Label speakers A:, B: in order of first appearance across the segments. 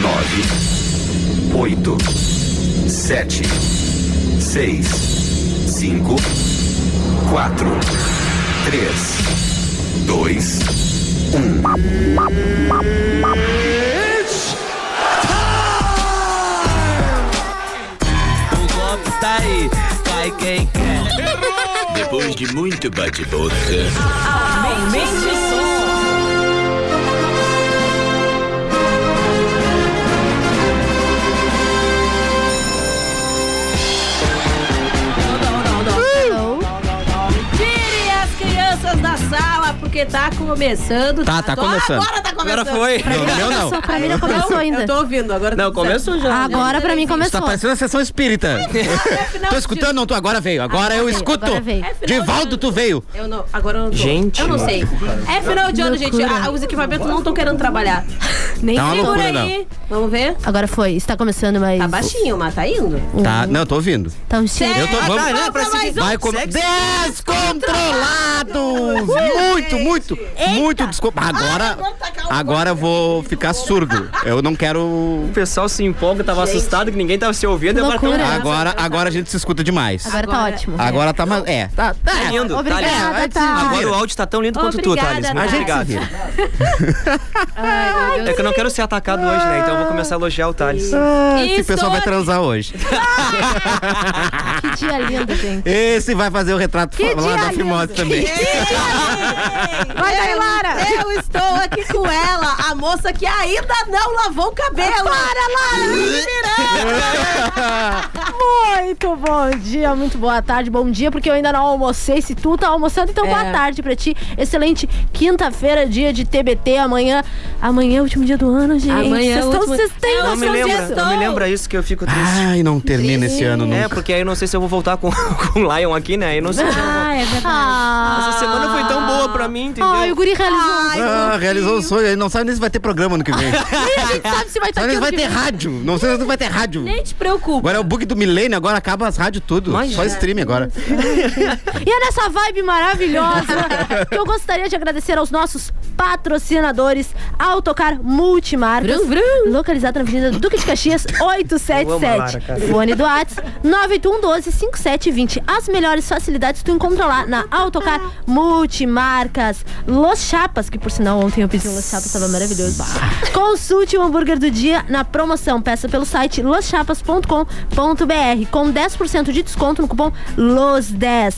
A: nove, oito, sete, seis, cinco, quatro, três, dois, um.
B: O golpe tá aí, vai quem quer.
C: Depois de muito bate-boca,
D: Aumente o som.
E: Tirem as crianças da sala, porque tá começando.
F: Tá, tá
E: Agora-
F: começando.
E: Agora tá começando.
B: Agora foi.
F: Não, no meu não.
G: Só pra mim não começou
E: Eu
G: ainda.
E: tô ouvindo agora.
B: Não, começou já.
G: Agora pra mim
F: Tá
G: começou.
F: parecendo a sessão espírita.
E: final
F: tô
E: de-
F: escutando, não tô. Agora veio. Agora
G: Agora
F: eu
G: veio,
F: escuto.
G: agora veio.
E: É final de
F: Divaldo,
E: ano.
F: tu veio.
E: Eu não, agora eu não tô.
B: Gente.
E: Eu não sei. É final de ano, gente. Ah, os equipamentos não estão querendo trabalhar.
G: Nem
F: Tá uma
G: sei.
F: loucura,
E: aí. Vamos ver?
G: Agora foi, está começando, mas.
E: Tá baixinho, mas tá indo.
F: não.
B: é.
F: Tá, não, tô ouvindo.
G: Tá um cheiro.
F: Eu tô.
B: Ah,
F: Vamos.
B: tá, né? Pra
E: mais
B: seguir.
E: um.
F: Vai com...
B: Sexo.
F: Descontrolados! Muito, muito, muito desculpa. Agora, agora eu vou ficar surdo. Eu não quero.
B: O pessoal se empolga, tava assustado que ninguém tava se ouvindo.
G: Que
B: Agora tão-
G: loucura.
F: Agora, agora a gente se escuta demais.
G: tá um Agora tá ótimo.
F: Agora tá mais. É, tá.
B: tá lindo. tá
G: Obrigada,
B: lindo.
G: tá.
B: Agora o áudio tá tão lindo quanto tu,
E: Obrigada,
B: Thales.
E: Thales.
B: Muito
F: A gente se
B: obrigado.
F: vira.
E: Ai, meu
B: É
E: Deus.
B: que eu não quero ser atacado hoje, né? Então eu vou começar a elogiar o Thales.
F: Ah, Esse
E: Estou
F: pessoal vai transar hoje.
G: Que dia lindo, gente.
F: Esse vai fazer o retrato lá da fimose também.
E: Vai daí, Lara! Eu estou aqui com ela, a moça que ainda não lavou o cabelo! Para, Lara!
G: Muito bom dia, muito boa tarde, bom dia, porque eu ainda não almocei. Se tu tá almoçando, então
E: É.
G: boa tarde pra ti. Excelente quinta-feira, dia de TBT. Amanhã, amanhã é o último dia do ano, gente.
E: Amanhã é o
G: Vocês tão-
E: último-
G: vocês têm
E: É o
B: Não me
G: noção
E: último
B: lembra,
G: disso?
B: não me lembra isso que eu fico triste.
F: Ai, não termina esse
G: Ah.
F: ano
B: É,
F: nunca.
B: porque aí eu não sei se eu vou voltar com, com o Lion aqui, né? Aí Eu não sei. se eu vou-
E: Ah, é verdade.
G: Ah.
B: Essa semana foi tão boa pra mim, entendeu?
G: Ai, o guri realizou.
E: Ai,
F: Ah, realizou o sonho. Ele não sabe nem se vai ter programa no que vem.
G: Nem a gente sabe se vai estar
F: Só nem
G: aqui.
F: se vai
G: ano
F: ter
G: que vem.
F: rádio. Não sei se vai ter rádio.
E: Nem te preocupa.
F: Agora é o bug do milênio, agora acaba as rádios tudo.
B: Mas
F: Só
B: é.
F: stream agora.
G: E é nessa vibe maravilhosa que eu gostaria de agradecer aos nossos patrocinadores Autocar Multimarcas,
E: Vrum, vrum.
G: localizado na Avenida Duque de Caxias
B: Eu amo a Lara,
G: 877.
B: cara.
G: Fone do Whats 981125720. As melhores facilidades tu encontra lá na Autocar Multimarcas. Los Chapas, que por sinal ontem eu pedi um Los Chapas, tava maravilhoso. Consulte o hambúrguer do dia na promoção. Peça pelo site loschapas.com.br com 10% de desconto no cupom LOS10.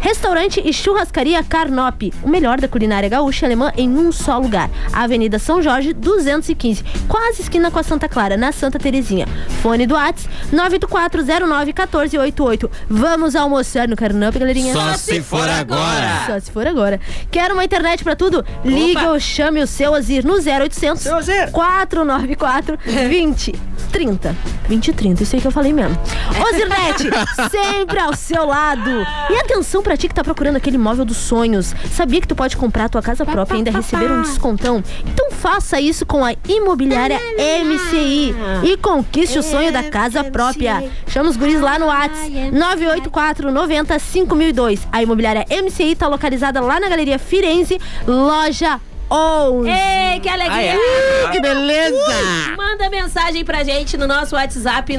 G: Restaurante e churrascaria Carnop, o melhor da culinária gaúcha e alemã em um só lugar. Avenida São Jorge, 215, quase esquina com a Santa Clara, na Santa Terezinha. Fone do Whats 984091488. Vamos almoçar no Carnop, galerinha?
F: se for agora.
G: Só se for agora. Quer uma internet pra tudo? Liga ou chame o seu Azir no 0800
B: Azir.
G: 494 2030. 2030, isso aí que eu falei mesmo. Ozirnet, sempre ao seu lado. E atenção pra ti que tá procurando aquele imóvel dos sonhos. Sabia que tu pode comprar a tua casa própria e ainda receber um descontão? Então faça isso com a imobiliária MCI e conquiste o sonho da casa própria. Chama os guris lá no WhatsApp 984 90 5002. A imobiliária MCI tá localizada lá na Galeria Firenze, loja 11.
E: Ei, que alegria!
B: Ah, é?
F: Que beleza!
E: Manda mensagem pra gente no nosso WhatsApp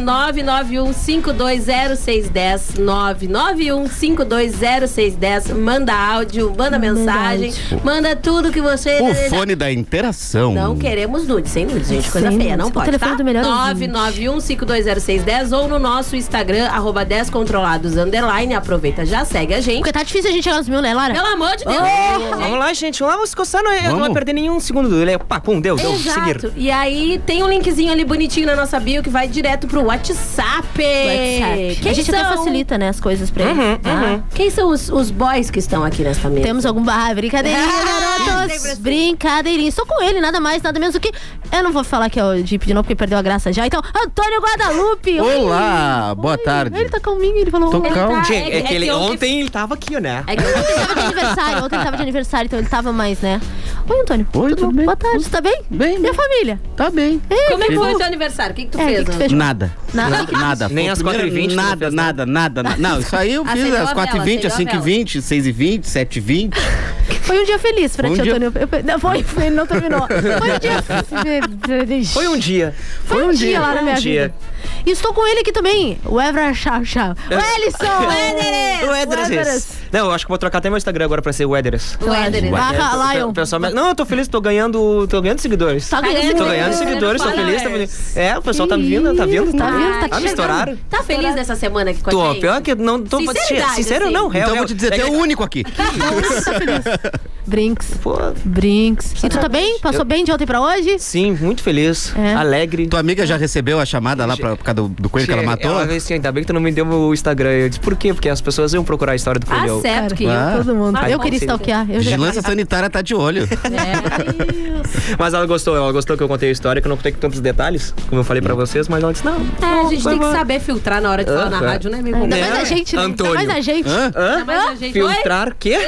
E: 991-520610. 991-520610. Manda áudio, manda mensagem, manda tudo que você.
F: O fone da interação.
E: Não queremos nude, sem nude, gente. Coisa
G: Hum. Sem
E: feia,
G: nudes.
E: não
G: O
E: pode.
G: telefone
E: tá?
G: do melhor ouvinte.
E: 991-520610 ou no nosso Instagram, arroba 10controlados underline. Aproveita, já segue a gente.
G: Porque tá difícil a gente chegar nos mil, né, Lara?
E: Pelo amor de Deus! gente.
B: Vamos lá, gente. Vamos se coçar. Não, não vai
F: Vamos.
B: perder nenhum segundo do ele. Pá, pum, deu, deu. Seguir.
E: Exato. E aí tem um linkzinho ali bonitinho na nossa bio que vai direto pro WhatsApp.
G: WhatsApp.
E: Quem
G: É, a gente
E: são,
G: até facilita, né, as coisas pra ele.
F: Uhum,
E: tá? Quem são os, os boys que estão aqui nessa mesa?
G: Temos algum... Ah, brincadeirinha,
E: Ah,
G: garotos!
E: sempre assim.
G: Brincadeirinha. Estou com ele, nada mais, nada menos do que... Eu não vou falar que é o Jeep de novo, porque perdeu a graça já. Então, Antônio Guadalupe! Oi.
F: Olá, boa tarde.
G: Ele tá calminho, ele falou...
F: Tô
G: olá.
F: calmo.
E: tá-
B: Gente, é, que ele,
E: ontem-
B: ontem ele tava aqui, né?
E: É que eu-
G: Ontem tava de aniversário, ontem tava de aniversário, então ele tava mais, né? Oi, Antônio.
F: Oi, tudo bem?
G: Boa tarde, você tá bem?
F: Bem,
G: E
F: bem.
G: a família?
F: Tá bem.
E: Como é que foi o teu aniversário? O que, que tu
G: É, o que
E: fez?
G: que tu
E: Ana?
G: fez?
F: Nada.
G: Nada?
F: Nada.
B: Nem
F: Foi a
B: às
F: primeira-
B: 4h20 não
F: Nada,
B: fez
F: nada, nada, nada. Não, isso aí eu fiz né?
E: Acendeu
F: às
E: a vela,
F: 4h20, às
E: acendeu a
H: Então
F: 5h20, 6h20, 7h20.
G: Foi um dia feliz pra
F: Foi um
G: ti,
F: dia-
G: Antônio. Eu- eu- não, Foi, foi, ele não terminou. Foi um dia feliz.
H: Foi um dia.
G: Foi um dia lá na
H: foi
G: minha
H: um dia.
G: vida. E estou com ele aqui também, o Evra Chau Chau. O Ellison!
H: É.
B: um
H: O Éderes. Não, eu acho que vou trocar até meu Instagram agora pra ser o Éderes.
E: O Éderes.
G: Barra
H: Pe-
G: Ah, Lion.
H: pessoal me- Não, eu tô feliz, tô ganhando, tô ganhando seguidores.
G: Tá
H: Tô
G: ganhando
E: Tô
H: ganhando
E: ganhando
H: seguidores, tô feliz, tô
E: followers.
H: feliz. É, o pessoal tá vindo, tá vindo.
G: Tá vindo, tá
H: Ah, me estouraram?
E: Tá feliz nessa semana aqui com a
H: Tô,
E: gente?
H: pior que não tô
E: Sinceridade,
H: Sincero,
E: assim.
H: não, real.
F: Então eu
H: real.
F: vou te dizer,
H: É
F: tu é
H: que-
F: o único aqui.
G: Brinks.
H: Pô,
G: Brinks. E tu tá bem? Passou bem de ontem pra hoje?
H: sim, muito feliz,
G: É.
H: alegre.
F: Tua amiga já recebeu a chamada lá pra, por causa do, do coelho que ela matou?
H: Ela disse assim, ainda bem que tu não me deu o Instagram. Eu disse, por quê? Porque as pessoas iam procurar a história do
E: Ah,
H: Coelho.
E: certo que
F: Ah.
G: Todo mundo.
H: Ah,
G: eu
H: bom,
G: queria
H: sim.
G: stalkear. Eu já...
F: Vigilância sanitária tá de olho.
E: né?
H: É. Mas ela gostou, ela gostou que eu contei a história, que eu não contei tantos detalhes, como eu falei
F: Hum.
H: pra vocês, mas ela disse, não.
E: É, a gente
H: Foi
E: tem que
H: bom.
E: saber filtrar na hora de falar na
H: Ah, é.
E: rádio, né, meu
G: Ainda
E: irmão?
G: mais
H: Né,
G: a gente, né? Ainda
H: Antônio?
G: mais a gente.
F: Hã?
H: Hã?
E: Mas a gente- É?
H: Filtrar quê?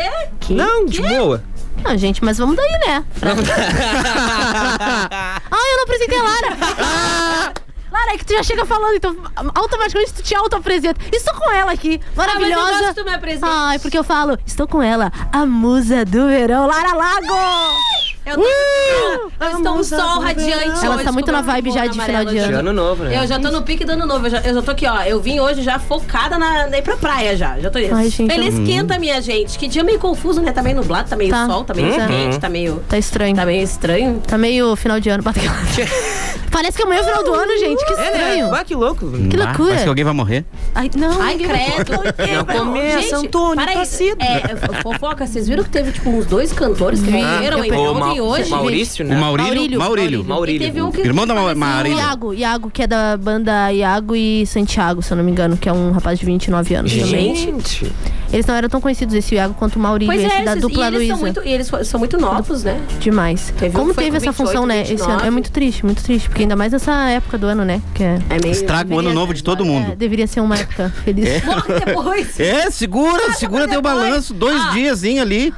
H: Não, de boa.
G: Ah, gente, mas vamos daí, né? ah, eu não apresentei a Lara. Lara, é que tu já chega falando, então automaticamente tu te auto-apresenta. Estou com ela aqui, maravilhosa.
E: Ah, mas eu gosto que tu me apresente.
G: Ai, porque eu falo, estou com ela, a musa do verão, Lara Lago.
E: Eu tô,
G: Uh!
E: eu estou um sol radiante.
G: Ela
E: hoje,
G: tá muito
E: com
G: na
E: uma
G: vibe já
E: cor
G: de final de
E: amarela
H: De ano novo, né?
E: Eu já tô no pique do ano novo. Eu já, eu já tô aqui, ó. Eu vim hoje já focada na, na ir pra praia já. Já tô nisso.
G: Ai, gente,
E: Feliz quinta, minha gente. Que dia meio confuso, né? Tá meio nublado, tá meio
G: Tá.
E: sol, tá meio
H: Uhum.
G: Pois é.
E: quente, tá meio.
G: Tá estranho.
E: Tá meio estranho.
G: Tá meio final de ano. Bota aquela- Parece que amanhã é o final do ano, gente. Que
H: É,
G: estranho.
H: né? Ah, que louco.
G: Que
F: Ah,
G: loucura.
F: Parece que alguém vai morrer.
G: Ai, não.
E: Ai, credo.
H: Não começa, Antônio, tá
E: para aí.
H: Tacido.
E: É, f- fofoca, vocês viram que teve, tipo, uns dois cantores que
H: Ah,
E: morreram
G: eu
E: entre
G: pe-
H: O
E: ontem e
H: Ma-
E: hoje?
H: Maurício, né?
F: O Maurílio.
G: Maurílio.
F: Maurílio. tá
E: E
H: Maurílio.
E: teve um que.
F: Irmão da Ma-
E: faleceu.
G: O
F: Marília.
G: Iago, Iago, que é da banda Iago e Santiago, se eu não me engano, que é um rapaz de 29 anos também.
H: Gente.
G: Eles não eram tão conhecidos, esse Iago, quanto o Maurílio,
E: Pois
G: esse
E: é,
G: da
E: esses,
G: dupla
E: e eles,
G: Luísa.
E: são muito, e eles fo- são muito novos, né?
G: Demais.
E: Teve um
G: Como
E: que foi
G: teve
E: com
G: essa
E: 28,
G: função, né, esse
E: 29.
G: ano? É muito triste, muito triste, porque ainda mais nessa época do ano, né, que é...
E: É meio.
F: Estraga o ano novo de todo
G: é,
F: mundo.
G: deveria ser uma época feliz.
E: Morre depois.
F: É, segura, segura teu
E: depois.
F: balanço. Dois
E: Ah.
F: diazinhos ali,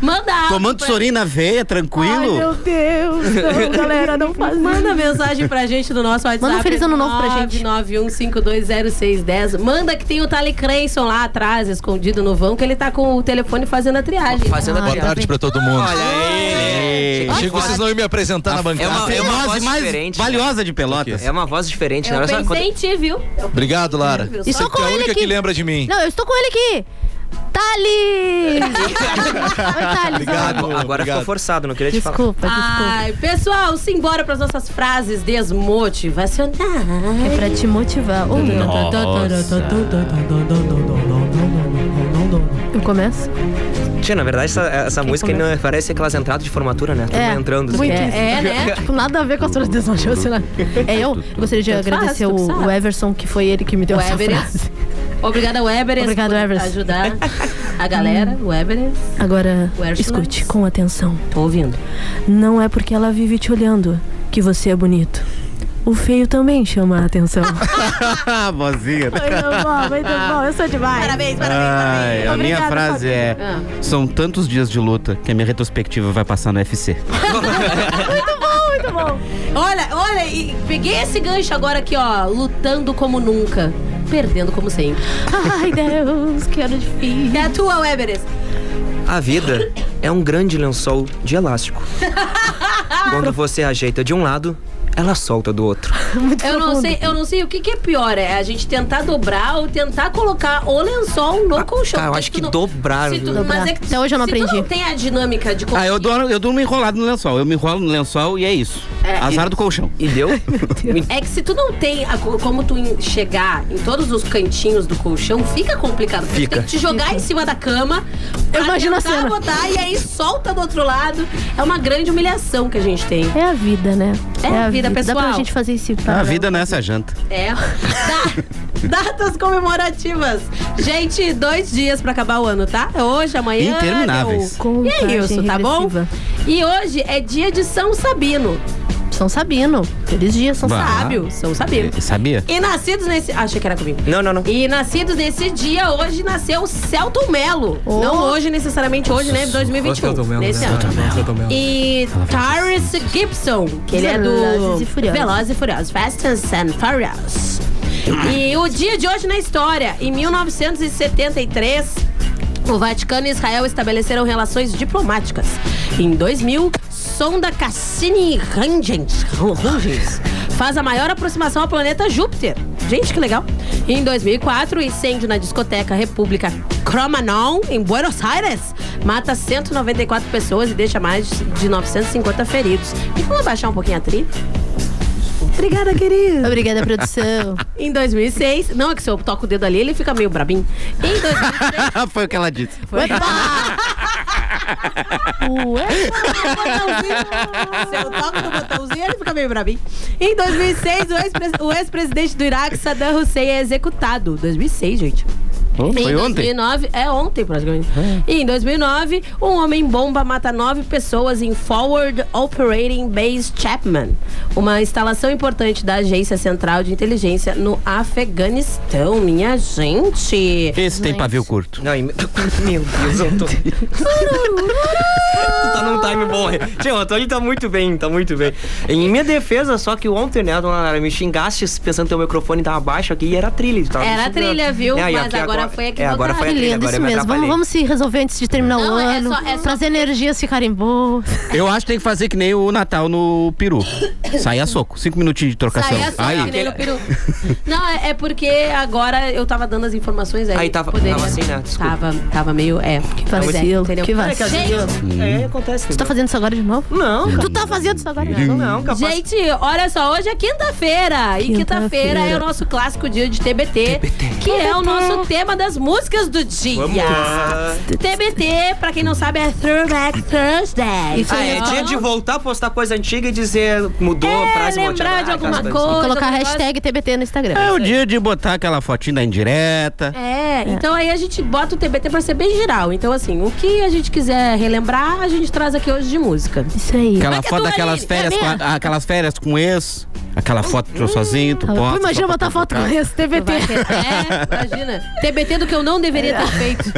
E: Manda áudio
F: tomando
E: pra-
F: sorinho na veia,
G: Ai, meu
F: tranquilo.
G: Deus, não, galera, não faz isso.
E: Manda mensagem pra gente no nosso WhatsApp.
G: Manda um feliz ano novo pra gente.
E: 991520610. Manda que tem o Tali Crenson lá atrás, escondido no vão, que ele tá com o telefone fazendo a triagem.
H: Fazendo a
G: Ai,
I: Boa
G: tá bem.
I: tarde pra todo mundo.
H: ele.
I: Achei que vocês não iam me apresentar na
H: É uma,
I: bancada.
H: é
F: A
H: uma
F: frase
H: voz
F: mais
H: diferente. né?
F: valiosa de Pelotas.
H: É uma voz diferente, né?
E: Eu
H: Olha só
E: pensei
H: quando-
E: em ti, viu?
I: Obrigado, Lara.
E: Viu?
G: Isso
E: Só-
G: Tô com
I: Tu é a
G: ele
I: única
G: aqui.
I: que lembra de mim.
G: Não, eu estou com ele aqui. Thales! Oi, Thales.
I: Obrigado.
H: Agora ficou
I: Obrigado.
H: forçado, não queria te falar.
G: Desculpa, desculpa.
E: Ai, pessoal, simbora pras nossas frases desmotivacionais.
G: É pra te motivar. Ou não. Eu começo?
H: Tia, na verdade, essa, essa música aí não é- parece aquelas entradas de formatura, né? Turma entrando. assim.
G: muito
E: É,
G: isso.
E: é, né?
G: Tipo, nada a ver com a sua desmotivacional. É, eu gostaria de
E: Tanto faz,
G: agradecer
E: tanto
G: o,
E: sabe.
G: o Everson, que foi ele que me deu
E: O
G: essa
E: Everest.
G: Então, frase.
E: Obrigada, Weberes,
G: Obrigado,
E: por
G: Weberes.
E: ajudar a galera. Weberes,
G: Agora,
E: O Everson
G: escute
E: Lopes.
G: com atenção.
E: tô ouvindo.
G: Não é porque ela vive te olhando que você é bonito. O feio também chama a atenção.
F: Ah, vozinha.
G: muito bom, muito bom. Eu sou demais.
E: Parabéns,
F: Ai, a minha
G: Obrigada,
F: frase é:
E: Ah.
F: São tantos dias de luta que a minha retrospectiva vai passar no UFC.
E: Um
G: Muito bom.
E: Olha, olha, e peguei esse gancho agora aqui, ó. Lutando como nunca, perdendo como sempre.
G: Ai, Deus, que ano difícil.
E: E a tua, Weberes?
H: A vida é um grande lençol de elástico. Quando você ajeita de um lado, ela solta do outro.
E: Eu não sei, eu não sei o que, que é pior, é a gente tentar dobrar ou tentar colocar o lençol no colchão.
H: Ah, cara, eu
E: Porque
H: acho
E: tu
H: que dobrar,
E: se tu-
H: viu?
G: Dobrar.
E: Mas é que
G: Até hoje eu não
E: se
G: aprendi.
E: Tu não tem a dinâmica de
F: Ah, eu
E: conseguir-
F: durmo, eu durmo enrolado no lençol. Eu me enrolo no lençol e é isso. Azar do colchão.
H: E deu?
E: É que se tu não tem a co- como tu en- chegar em todos os cantinhos do colchão, fica complicado. Porque
H: Fica.
E: Tu tem que te jogar em cima da cama, pra
G: Eu imagino a
E: tentar
G: cena.
E: botar e aí solta do outro lado. É uma grande humilhação que a gente tem.
G: É a vida, né?
E: É a vida,
G: Dá pra
E: pessoal.
G: gente fazer esse
F: A
E: Tá
G: paralelo.
F: vida não é essa janta.
E: É. Da- datas comemorativas. Gente, dois dias pra acabar o ano, tá? É Hoje, amanhã.
F: Intermináveis.
E: é o- E é isso, tá bom?
G: Contagem regressiva.
E: E hoje é dia de São Sabino.
G: São Sabino. Feliz dia, São
F: Bah.
G: Sabino.
E: Sábio, São Sabino.
F: É, Sabia?
E: E nascidos nesse. Ah, achei que era comigo.
H: Não, não, não.
E: E nascidos nesse dia, hoje nasceu o Celton Melo.
G: Oh.
E: Não hoje, necessariamente hoje, né? 2021. Nesse ano. E Tyrus Gibson, que ele é do
G: Velozes e Furiosos.
E: Velozes e Furiosos. Fast and Furious. E o dia de hoje na história, em 1973, O Vaticano e Israel estabeleceram relações diplomáticas. Em 2000, sonda Cassini Rangens Rangens faz a maior aproximação ao planeta Júpiter. Gente, que legal. Em 2004, incêndio na discoteca República Cromanon, em Buenos Aires, mata 194 pessoas e deixa mais de 950 feridos. Tem como abaixar um pouquinho a trilha? Obrigada, querido.
G: Obrigada, produção.
E: Em 2006, não é que se eu toco o dedo ali, ele fica meio brabinho. Em 2006,
F: Foi o que ela disse.
E: foi.
G: Ué?
E: Se eu toco no botãozinho, ele fica meio brabinho. Em 2006, o ex-pres- o ex-presidente do Iraque, Saddam Hussein, é executado. 2006, gente.
F: Oh,
E: em
F: foi ontem? É.
E: 2009, é ontem praticamente. E em 2009, um homem-bomba mata nove pessoas em Forward Operating Base Chapman, uma instalação importante da Agência Central de Inteligência no Afeganistão. Minha gente!
F: Esse tem pavio curto.
H: Não, e- Meu Deus, eu tô. tu tá num time bom. Tio, o Antônio tá muito bem, tá muito bem. Em minha defesa, só que ontem, né, dona Nara, me xingaste pensando que teu microfone tava baixo aqui e era trilha. tu tava me
E: Era
H: xingando.
E: trilha, viu?
H: e
E: Mas
H: aqui
E: agora foi aqui
H: É, agora
E: botar.
H: foi
G: Que
H: a trilha,
G: lindo,
H: agora
G: isso
H: eu me
G: mesmo. Vamos,
H: atrapalhei.
G: vamos se resolver antes de terminar o
E: Não, é
G: ano.
E: só- é só-
G: Para as energias ficarem boas.
F: Eu acho que tem que fazer que nem o Natal no Peru. Sair a soco. Cinco minutinhos de trocação.
E: Saia só, que nem
F: Aí.
E: no peru. Tá Não, é, é porque agora eu tava dando as informações aí.
H: Aí tava-
E: poderia-
H: tava assim, né? Desculpa. assim,
E: Tava, tava meio. É.
G: Que
E: Pois é,
G: vacilo.
E: entendeu?
G: que vacilo.
E: Gente,
H: É, acontece.
G: Tu tá fazendo isso agora de novo?
H: Não,
G: Tu tá fazendo isso agora de
H: não,
G: novo?
H: não, capaz.
E: Gente, olha só, hoje é quinta-feira. E
G: Quinta-feira.
E: quinta-feira é o nosso clássico dia de TBT, que é o nosso tema das músicas do dia.
H: Vamos lá.
E: TBT, pra quem não sabe, é Throwback Thursday.
G: Isso
H: Ah, é
G: Então-
H: dia de voltar a postar coisa antiga e dizer mudou a
E: tá- É,
H: frase
E: lembrar de
H: motivada,
E: alguma
H: aquelas coisas.
E: coisa.
G: Colocar a
E: algum negócio.
G: hashtag TBT
F: É
G: no Instagram.
F: o dia de botar aquela fotinha da indireta.
E: É, então aí a gente bota o TBT pra ser bem geral. Então, assim, o que a gente quiser relembrar, a gente traz aqui hoje de música.
G: Isso aí.
F: Aquela
E: Como é que é
F: foto
E: tu,
F: daquelas
E: Aline?
F: férias,
G: É
F: com, a- aquelas férias com ex. Aquela foto que tu sozinho, tu posta.
G: Tá Pô,
F: só pra
G: imagina botar
H: tá.
G: foto com
F: publicar.
G: esse TBT.
E: Vai ter- É, imagina. TBT do que eu não deveria ter feito.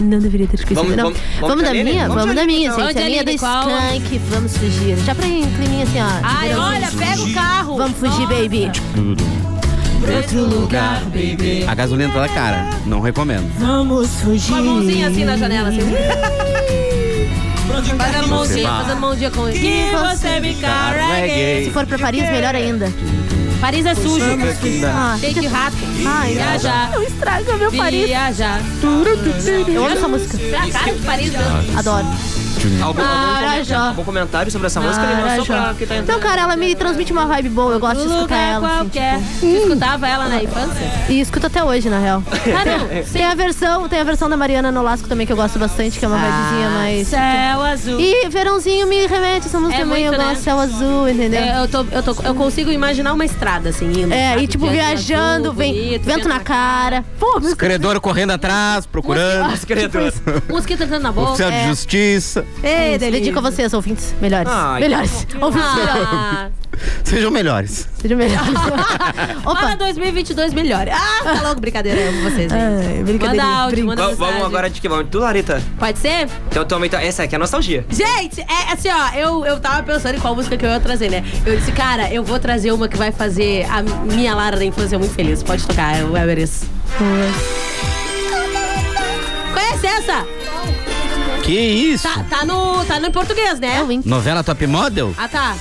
G: Não deveria ter esquecido.
H: Vamos-
G: não.
H: vamos- vamos
G: Vamos
H: de
G: da
H: Aline?
G: minha?
H: Vamos de
G: Vamos da
H: Aline,
G: minha,
H: então.
G: gente.
E: Vamos de
G: A minha é do
E: Aline, qual?
G: Skank. Vamos fugir. Já pra ir em climinha assim, ó. de
E: tá? Ai,
G: verãozinho.
E: olha, pega o carro.
G: Vamos fugir, baby.
F: A gasolina tá na cara. Não recomendo.
E: Com a mãozinha assim na janela, assim. fazendo mãozinha,
F: vai?
E: fazendo mãozinha com ele. Que você me
F: Reggae.
E: carregue.
G: Se for pra Paris, melhor ainda.
E: Paris é sujo.
G: Ah,
E: Cheio de rato. Viajar.
G: não estraga meu Paris.
E: Viajar.
G: Eu amo essa música.
E: Pra cara de Paris mesmo.
G: Adoro.
H: Algum, algum,
G: Marajó.
H: algum comentário sobre essa música? Ele não só pra quem tá entrando.
E: Então,
G: Não, Ah, Então, cara, ela me transmite uma vibe boa. Eu gosto de escutar
E: Lugar
G: ela. assim.
E: qualquer. Tu escutava ela na infância?
G: E escuto até hoje, na real.
E: Ah, não.
G: Tem a versão, tem a versão da Mariana Nolasco também que eu gosto bastante, que é uma
E: Ah,
G: vibezinha mais.
E: Céu azul.
G: E verãozinho me remete, essa música
E: É
G: também, eu
E: muito, né?
G: gosto céu azul, entendeu?
E: É, eu, tô, eu, tô, eu consigo imaginar uma estrada assim indo.
G: É,
E: sabe?
G: e tipo,
E: De azul,
G: viajando, vem
E: bonito,
G: vento na cara. Pô, tipo
F: Os credores correndo atrás, procurando.
H: Escredores.
E: Música cantando na boca.
F: Oficial de justiça.
G: é, dedico a vocês, ouvintes melhores.
H: Ai,
G: melhores. Ouvintes melhores.
E: Ah,
F: Sejam melhores.
G: Sejam melhores.
E: para
G: Opa.
E: 2022 melhore. Ah, tá logo brincadeira, eu amo vocês. gente.
G: Ai, É. brincadeira.
E: Manda áudio, manda
H: Vamos,
E: mensagem.
H: vamos agora de que vamos? Tu, Larita.
E: Pode ser?
H: Então, tu aumenta. Essa aqui é a nostalgia.
E: Gente, é assim, ó, eu, eu tava pensando em qual música que eu ia trazer, né? Eu disse, cara, eu vou trazer uma que vai fazer a minha Lara da infância muito feliz. Pode tocar, eu mereço. Conhece essa?
F: Que isso?
E: Tá, tá, no, tá no em português, né?
G: É o Wink.
F: Novela Top Model?
E: Ah, tá.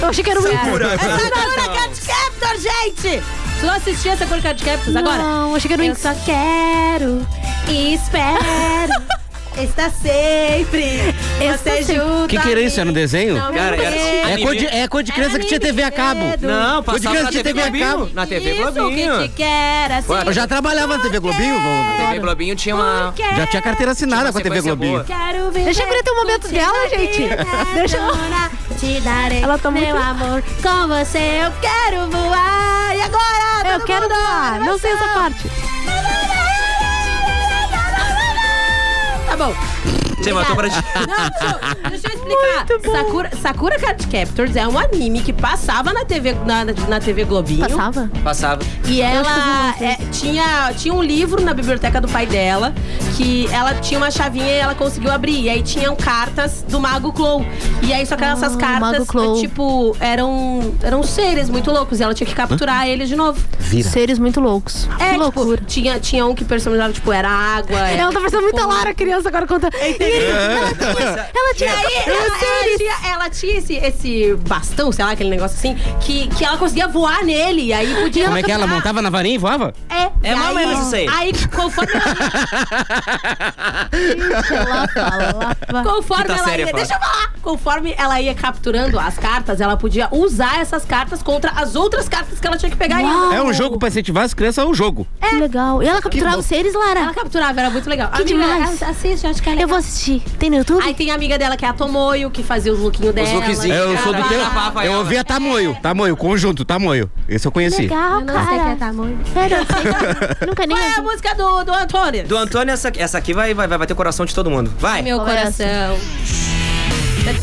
G: Eu achei que era o Wink.
E: É Sakura Card Captor, gente! Tu não assistia Sakura Card Captors agora?
G: Não, eu achei que era o
E: Eu
G: Wink.
E: só quero e espero estar sempre você
G: sempre.
E: junto.
F: O que, que era isso? Era um desenho?
E: Não me
H: Cara, era-
E: deixe.
F: É coisa de, é coisa de criança que tinha TV a cabo.
H: Não,
F: Foi de
H: passava
F: criança,
H: na TV
F: tinha TV a
H: Globinho.
F: cabo.
H: Na TV
E: Isso, que
H: Globinho.
E: te quer assim.
H: Ué,
F: Eu já trabalhava na TV Globinho. vou-
H: TV Globinho tinha uma.
E: Porque
F: Já tinha carteira assinada
H: Tinha
F: com a TV
H: uma sequência
F: Globinho.
H: boa.
E: Quero viver
G: Deixa a guria ter um momento
E: contigo
G: dela,
E: aqui,
G: gente. Deixa-
E: dona, te darei
G: Ela tá
E: meu
G: muito-
E: amor. Com você eu quero voar. E agora?
G: Eu
E: todo
G: quero
E: mundo,
G: voar. Não sei essa
E: abração.
G: parte.
E: Tá bom.
H: Você matou pra ti.
E: Não, tio, deixa eu explicar. Sakura, Sakura Card Captors é um anime que passava na TV, na, na- na TV Globinho.
G: Passava?
H: Passava.
E: E ela
G: acho que eu vi
E: é, tinha, tinha um livro na biblioteca do pai dela que ela tinha uma chavinha e ela conseguiu abrir. E aí tinham cartas do Mago Clow. E aí, só que essas
G: Ah, o
E: cartas,
G: Mago Clow.
E: tipo, eram, eram seres muito loucos. E ela tinha que capturar eles de novo.
G: Seres muito loucos.
E: É,
G: que
E: tipo,
G: loucura.
E: tinha, tinha um que personalizava, tipo, era água. era
G: Ela tá parecendo muito a
E: fogo.
G: Lara, a criança, agora conta. Ela
E: E
G: tinha.
E: aí, ela,
G: Eu sei.
E: ela tinha, ela tinha esse, esse bastão, sei lá, aquele negócio assim, que, que ela conseguia voar nele. E aí podia.
J: Como é que ela
E: capturar.
J: montava na varinha e voava?
E: É,
H: É
E: e
H: mais ou
E: aí-
H: menos isso aí.
E: Aí, conforme ela É.
G: Ela
E: tá,
G: fala, ela fala.
E: Conforme
H: Quinta
E: ela
H: série,
E: ia.
H: fala.
E: Deixa eu falar! Conforme ela ia capturando as cartas, ela podia usar essas cartas contra as outras cartas que ela tinha que pegar ainda.
G: Uau,
J: É um jogo pra incentivar as crianças, é um jogo.
G: Que legal. E ela capturava os seres,
E: Ela
G: Lara?
E: capturava, era muito legal.
G: Que demais.
E: a- Assiste, acho que ela
G: Eu vou assistir. Tem no YouTube?
E: Aí tem a amiga dela que é a Tomoyo, que fazia os lookinhos dela.
J: É,
H: lookzinhos.
F: É, Eu sou do
E: Ela-
F: teu.
H: Rafaela.
F: Eu ouvia Tamoio. Tamoio, conjunto, Tamoio. Esse eu conheci.
E: Eu
G: Legal,
E: não sei quem é a
G: cara.
E: Tamoyo.
G: É, não sei. Nunca nem.
E: Qual é a
G: ouvi.
E: música do, do Antônio?
H: Do Antônio, essa, essa aqui vai, vai, vai bater o coração de todo mundo. Vai.
E: Meu
G: Qual é
E: coração.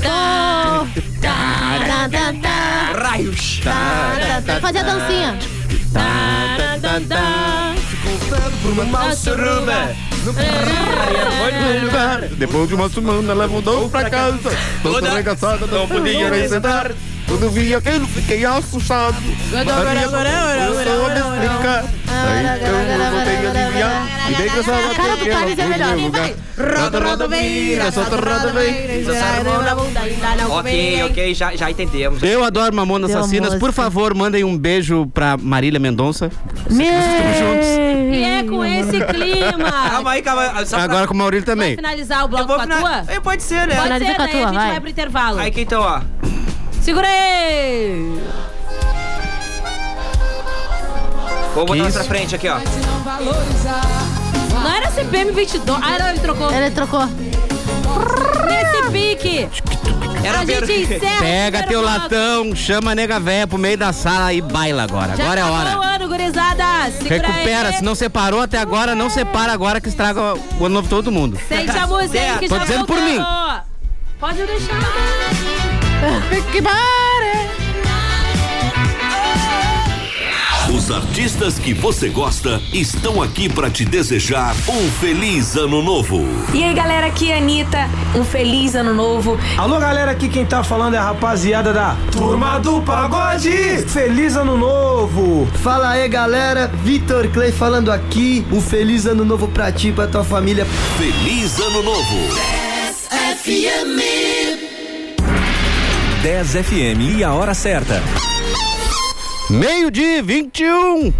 G: Tá, tá, tá,
H: Raios.
G: tá, tá. Fazer a dancinha.
H: Mal suruba.
F: Depois de uma semana, ela mudou pra casa. Toda
H: Toda-
F: arregaçada, não podia nem sentar. Quando vi aquilo, fiquei assustado. Sabia como começou a me explicar. Aí eu não voltei a adivinhar. E dei que eu
G: A cara do Thales é melhor.
F: Roda, roda, vira, solta, roda, vem.
H: Ok, ok, já, já entendemos.
F: Eu adoro Mamona
G: Deu a
F: Assassinas. Por
G: música.
F: favor, mandem um beijo pra Marília Mendonça.
E: E
G: Meu.
E: é
F: Hum.
E: com esse
H: Calma
E: clima.
H: aí, calma aí. Só pra-
F: Agora com o Maurílio também.
E: Finalizar o
H: Eu
E: bloco
H: vou
E: com a tua?
H: final- É, Pode ser, né?
E: Pode
G: Finaliza
E: ser,
G: com a
E: daí
G: tua,
E: a gente
G: vai.
E: vai pro intervalo.
H: Aí que então, ó.
E: Segura aí!
H: Vou botar
F: isso?
H: pra frente aqui, ó.
E: Não era CPM 22. Ah, não, ele trocou.
G: Ele trocou.
E: Nesse pique.
H: Era
E: a gente
H: ver-
E: encerra.
F: Pega
E: o primeiro
F: teu
E: bloco.
F: latão, chama a nega véia pro meio da sala e baila agora.
E: Já
F: Agora é a
E: acabou
F: hora.
E: o ano, gurizada. Segura
F: Recupera,
E: aí.
F: se não separou até agora, não separa agora que estraga o ano novo de todo mundo.
E: Sente a música aí que
F: Tô
E: já
F: dizendo por
E: voltamos.
F: mim.
E: Pode deixar. né?
C: Os artistas que você gosta estão aqui pra te desejar um feliz ano novo.
D: E aí, galera, aqui é a Anitta. Um feliz ano novo.
K: Alô, galera, aqui quem tá falando é a rapaziada da Turma do Pagode. Feliz ano novo. Fala aí, galera. Vitor Clay falando aqui. Um feliz ano novo pra ti, pra tua família.
C: Feliz ano novo.
A: 10 FM e a hora certa.
F: Meio dia 21.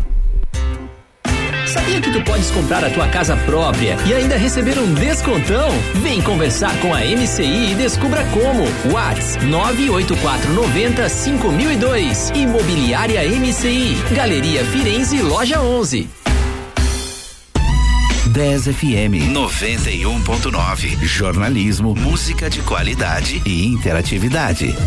B: Sabia que tu podes comprar a tua casa própria e ainda receber um descontão? Vem conversar com a MCI e descubra como. Whats 98490 5002. Imobiliária MCI. Galeria Firenze, Loja 11.
A: 10 FM 91.9. Jornalismo, música de qualidade e interatividade.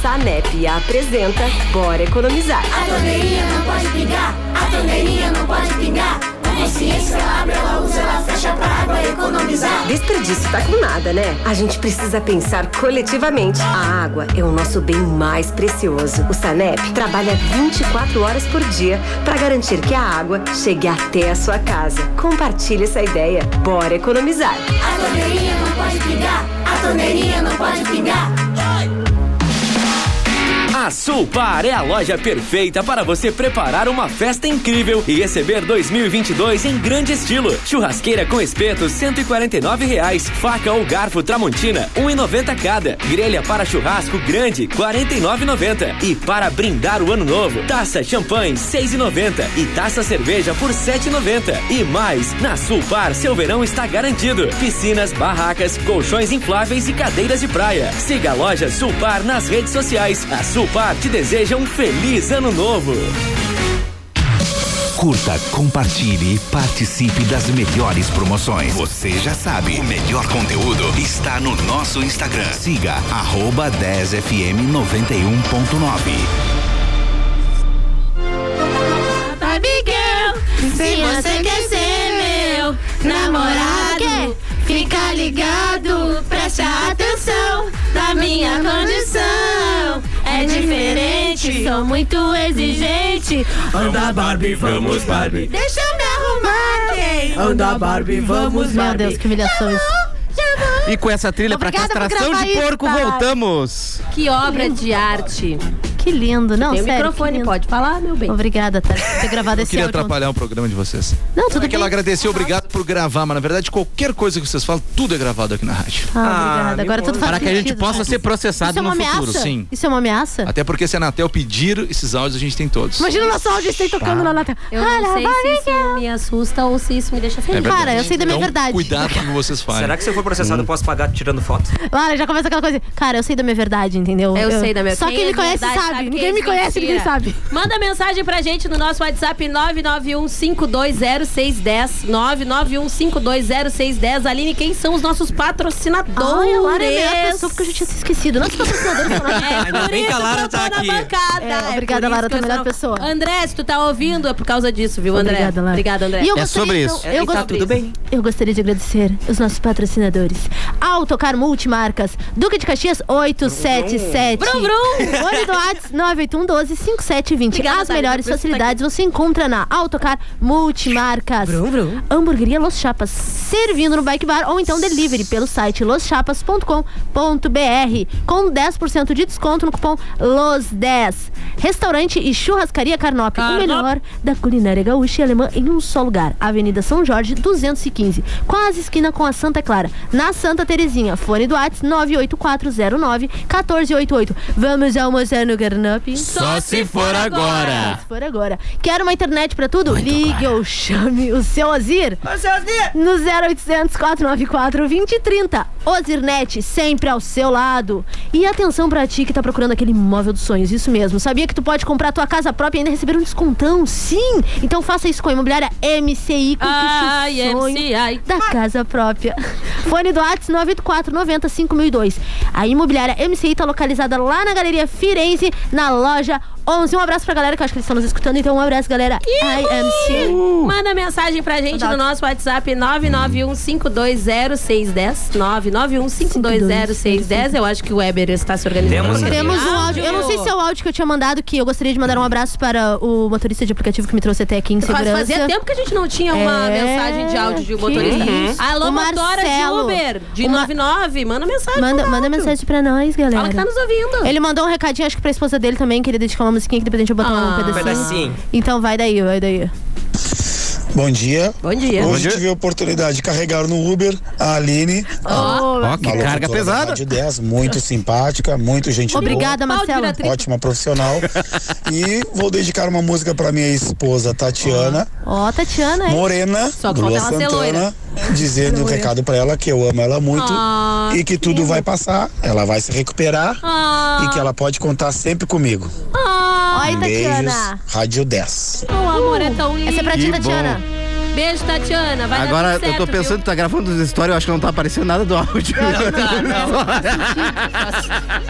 D: Sanep apresenta Bora Economizar.
L: A torneirinha não pode pingar, a torneirinha não pode pingar. A consciência ela abre, ela usa, ela fecha pra água economizar.
D: Desperdício tá com nada, né? A gente precisa pensar coletivamente. A água é o nosso bem mais precioso. O Sanep trabalha 24 horas por dia para garantir que a água chegue até a sua casa. Compartilhe essa ideia. Bora economizar.
L: A torneirinha não pode pingar, a torneirinha não pode pingar.
B: A Sulpar é a loja perfeita para você preparar uma festa incrível e receber 2022 em grande estilo. Churrasqueira com espeto, R$ 149 reais. Faca ou garfo Tramontina, 1,90 cada. Grelha para churrasco grande, R$ 49,90. E para brindar o ano novo, taça champanhe, R$ 6,90. E taça cerveja por R$ 7,90. E mais, na Sulpar, seu verão está garantido. Piscinas, barracas, colchões infláveis e cadeiras de praia. Siga a loja Sulpar nas redes sociais. A Sulpar te deseja um feliz ano novo.
A: Curta, compartilhe e participe das melhores promoções. Você já sabe, o melhor conteúdo está no nosso Instagram. Siga arroba 10fm91.9.
G: Se você quer ser meu namorado,
L: Fica ligado, presta atenção na minha condição. É diferente, sou muito exigente.
M: Anda Barbie, vamos Barbie.
L: Deixa eu me arrumar, quem? Tá
M: Anda Barbie, vamos
G: Meu
M: Barbie.
G: Deus, que humilhação isso.
J: E com essa trilha pra
G: Obrigada por
J: castração
G: gravar
J: de
G: isso,
J: porco,
G: Tati.
J: voltamos.
G: Que obra de arte. Que lindo, não,
E: Tem o
G: sério.
E: microfone,
G: pode falar, meu bem. Obrigada, Tati, por ter gravado
I: Não
G: esse
I: queria
G: áudio.
I: atrapalhar o programa de vocês.
G: Não, tudo
I: Só que ela
G: bem.
I: agradeceu, obrigado por gravar, mas na verdade qualquer coisa que vocês falam, tudo é gravado aqui na rádio.
G: Ah, obrigada. Agora tudo faz
I: Para que a gente
G: sentido,
I: possa
G: Tati.
I: ser processado
G: Isso é uma
I: no futuro,
G: ameaça?
I: sim.
G: Isso é uma ameaça?
I: Até porque se a Anatel pedir esses áudios, a gente tem todos.
G: Imagina o nosso áudio isso aí tocando
I: Tá.
G: lá na tela.
E: Eu não sei se isso me assusta ou se isso me deixa
I: É
E: feliz.
I: verdade.
G: Cara, eu sei da minha
I: Então,
G: verdade.
I: Cuidado com o que vocês falam.
H: Será que se eu for processado, eu posso pagar tirando foto?
K: Ah.
G: Olha, já começa aquela coisa. Cara, eu sei da minha verdade, entendeu?
E: Eu sei da minha
G: Só
E: quem
G: quem
E: é
G: me
E: de
G: conhece
E: verdade
G: sabe.
E: quem
G: Ninguém
E: é
G: me
E: de
G: conhece,
E: mentira.
G: ninguém sabe.
E: Manda mensagem pra gente no nosso WhatsApp 991-520610. 991-520610. Aline, quem são os nossos patrocinadores?
G: Ai, a Lara é a melhor pessoa, porque eu já tinha se esquecido. Nossos patrocinadores são
E: É
G: lá.
H: Ainda bem que a Lara tá aqui.
E: Bancada.
G: É, obrigada,
E: por isso
G: Lara,
E: que
G: tu é a
E: eu
G: melhor
E: sou-
G: pessoa.
E: André, se tu tá ouvindo, é por causa disso, viu, André?
G: Obrigada, Lara.
E: Obrigada, André. É, tá
G: E
I: É
G: eu gostaria, então, eu gost- Eu gostaria de agradecer os nossos patrocinadores. Autocar Multimarcas, Duque de Caxias 877.
E: Vrum, vrum.
G: Olho do Whats 981 12 5720.
E: Obrigada,
G: As
E: Thalita,
G: melhores
E: por tá estar
G: facilidades você encontra na Autocar Multimarcas. Brum, brum. Hamburgueria Los Chapas, servindo no Bike Bar ou então delivery pelo site loschapas.com.br com 10% de desconto no cupom LOS10. Restaurante e churrascaria Carnop, o
E: Carnop.
G: melhor da culinária gaúcha e alemã em um só lugar. Avenida São Jorge, 215, quase esquina com a Santa Clara, na Santa Terezinha. Fone do Whats 98409 1488. Vamos almoçar no Carnop?
J: Só se for agora.
G: Se for agora. Quer uma internet pra tudo? Ligue ou chame o seu Ozir. O seu Ozir! No 0800 494 2030. Ozirnet, sempre ao seu lado. E atenção pra ti que tá procurando aquele imóvel dos sonhos, isso mesmo. Sabia que tu pode comprar tua casa própria e ainda receber um descontão? Sim! Então faça isso com a imobiliária MCI, conquiste
E: Ai,
G: o sonho
E: MCI.
G: da casa própria. Fone do Whats 984905002. A imobiliária MCI tá localizada lá na Galeria Firenze, na loja 11. Um abraço pra galera que eu acho que eles estão nos escutando, então um abraço, galera. IMC.
E: Manda mensagem pra gente no nosso WhatsApp 991-520610. 991-520610. Eu acho que o Weber está se organizando. pra fazer
G: Temos um áudio. Eu não sei se é o áudio que eu tinha mandado, que eu gostaria de mandar um abraço para o motorista de aplicativo que me trouxe até aqui em
E: Faz-
G: segurança.
E: Fazia tempo que a gente não tinha uma
G: É,
E: mensagem de áudio de um
G: que
E: motorista.
G: isso.
E: Alô,
G: O
E: motora de
G: Marcelo.
E: Uber, de
G: O Ma-
E: 99, manda mensagem.
G: Manda, manda mensagem pra nós, galera.
E: Fala que tá nos ouvindo.
G: Ele mandou um recadinho, acho que pra esposa dele também, queria dedicar uma musiquinha que depois a gente vai botar
E: Ah.
G: um pedacinho.
E: Pedacinho.
G: Então vai daí, vai daí.
N: Bom dia.
E: Bom dia.
N: Hoje
E: Bom dia.
N: tive a oportunidade de carregar no Uber a Aline.
G: Ó.
N: Uma
G: Ó, que
N: locutora
G: carga
N: da
G: pesada.
N: Rádio 10, muito simpática, muito gente
G: Obrigada,
N: boa.
G: Marcelo. Pau de Imperatriz.
N: Ótima profissional. e vou dedicar uma música pra minha esposa, Tatiana.
G: Ó, Tatiana, hein?
N: Morena,
G: Só
N: Lua
G: falta ela ser
N: Santana,
G: loira.
N: dizendo um
G: Loira.
N: recado pra ela que eu amo ela muito
G: Ah,
N: e que tudo vai passar, ela vai se recuperar
E: Ah.
N: e que ela pode contar sempre comigo.
G: Oi,
N: Beijos,
G: Tatiana.
N: Rádio 10.
E: O amor é tão lindo.
G: Essa é pra ti,
J: Que
G: Tatiana.
E: Beijo, Tatiana. Vai dar
J: Agora
E: tudo Tá certo,
J: eu tô pensando, tu tá gravando as histórias, eu acho que não tá aparecendo nada do áudio.
E: tá, né?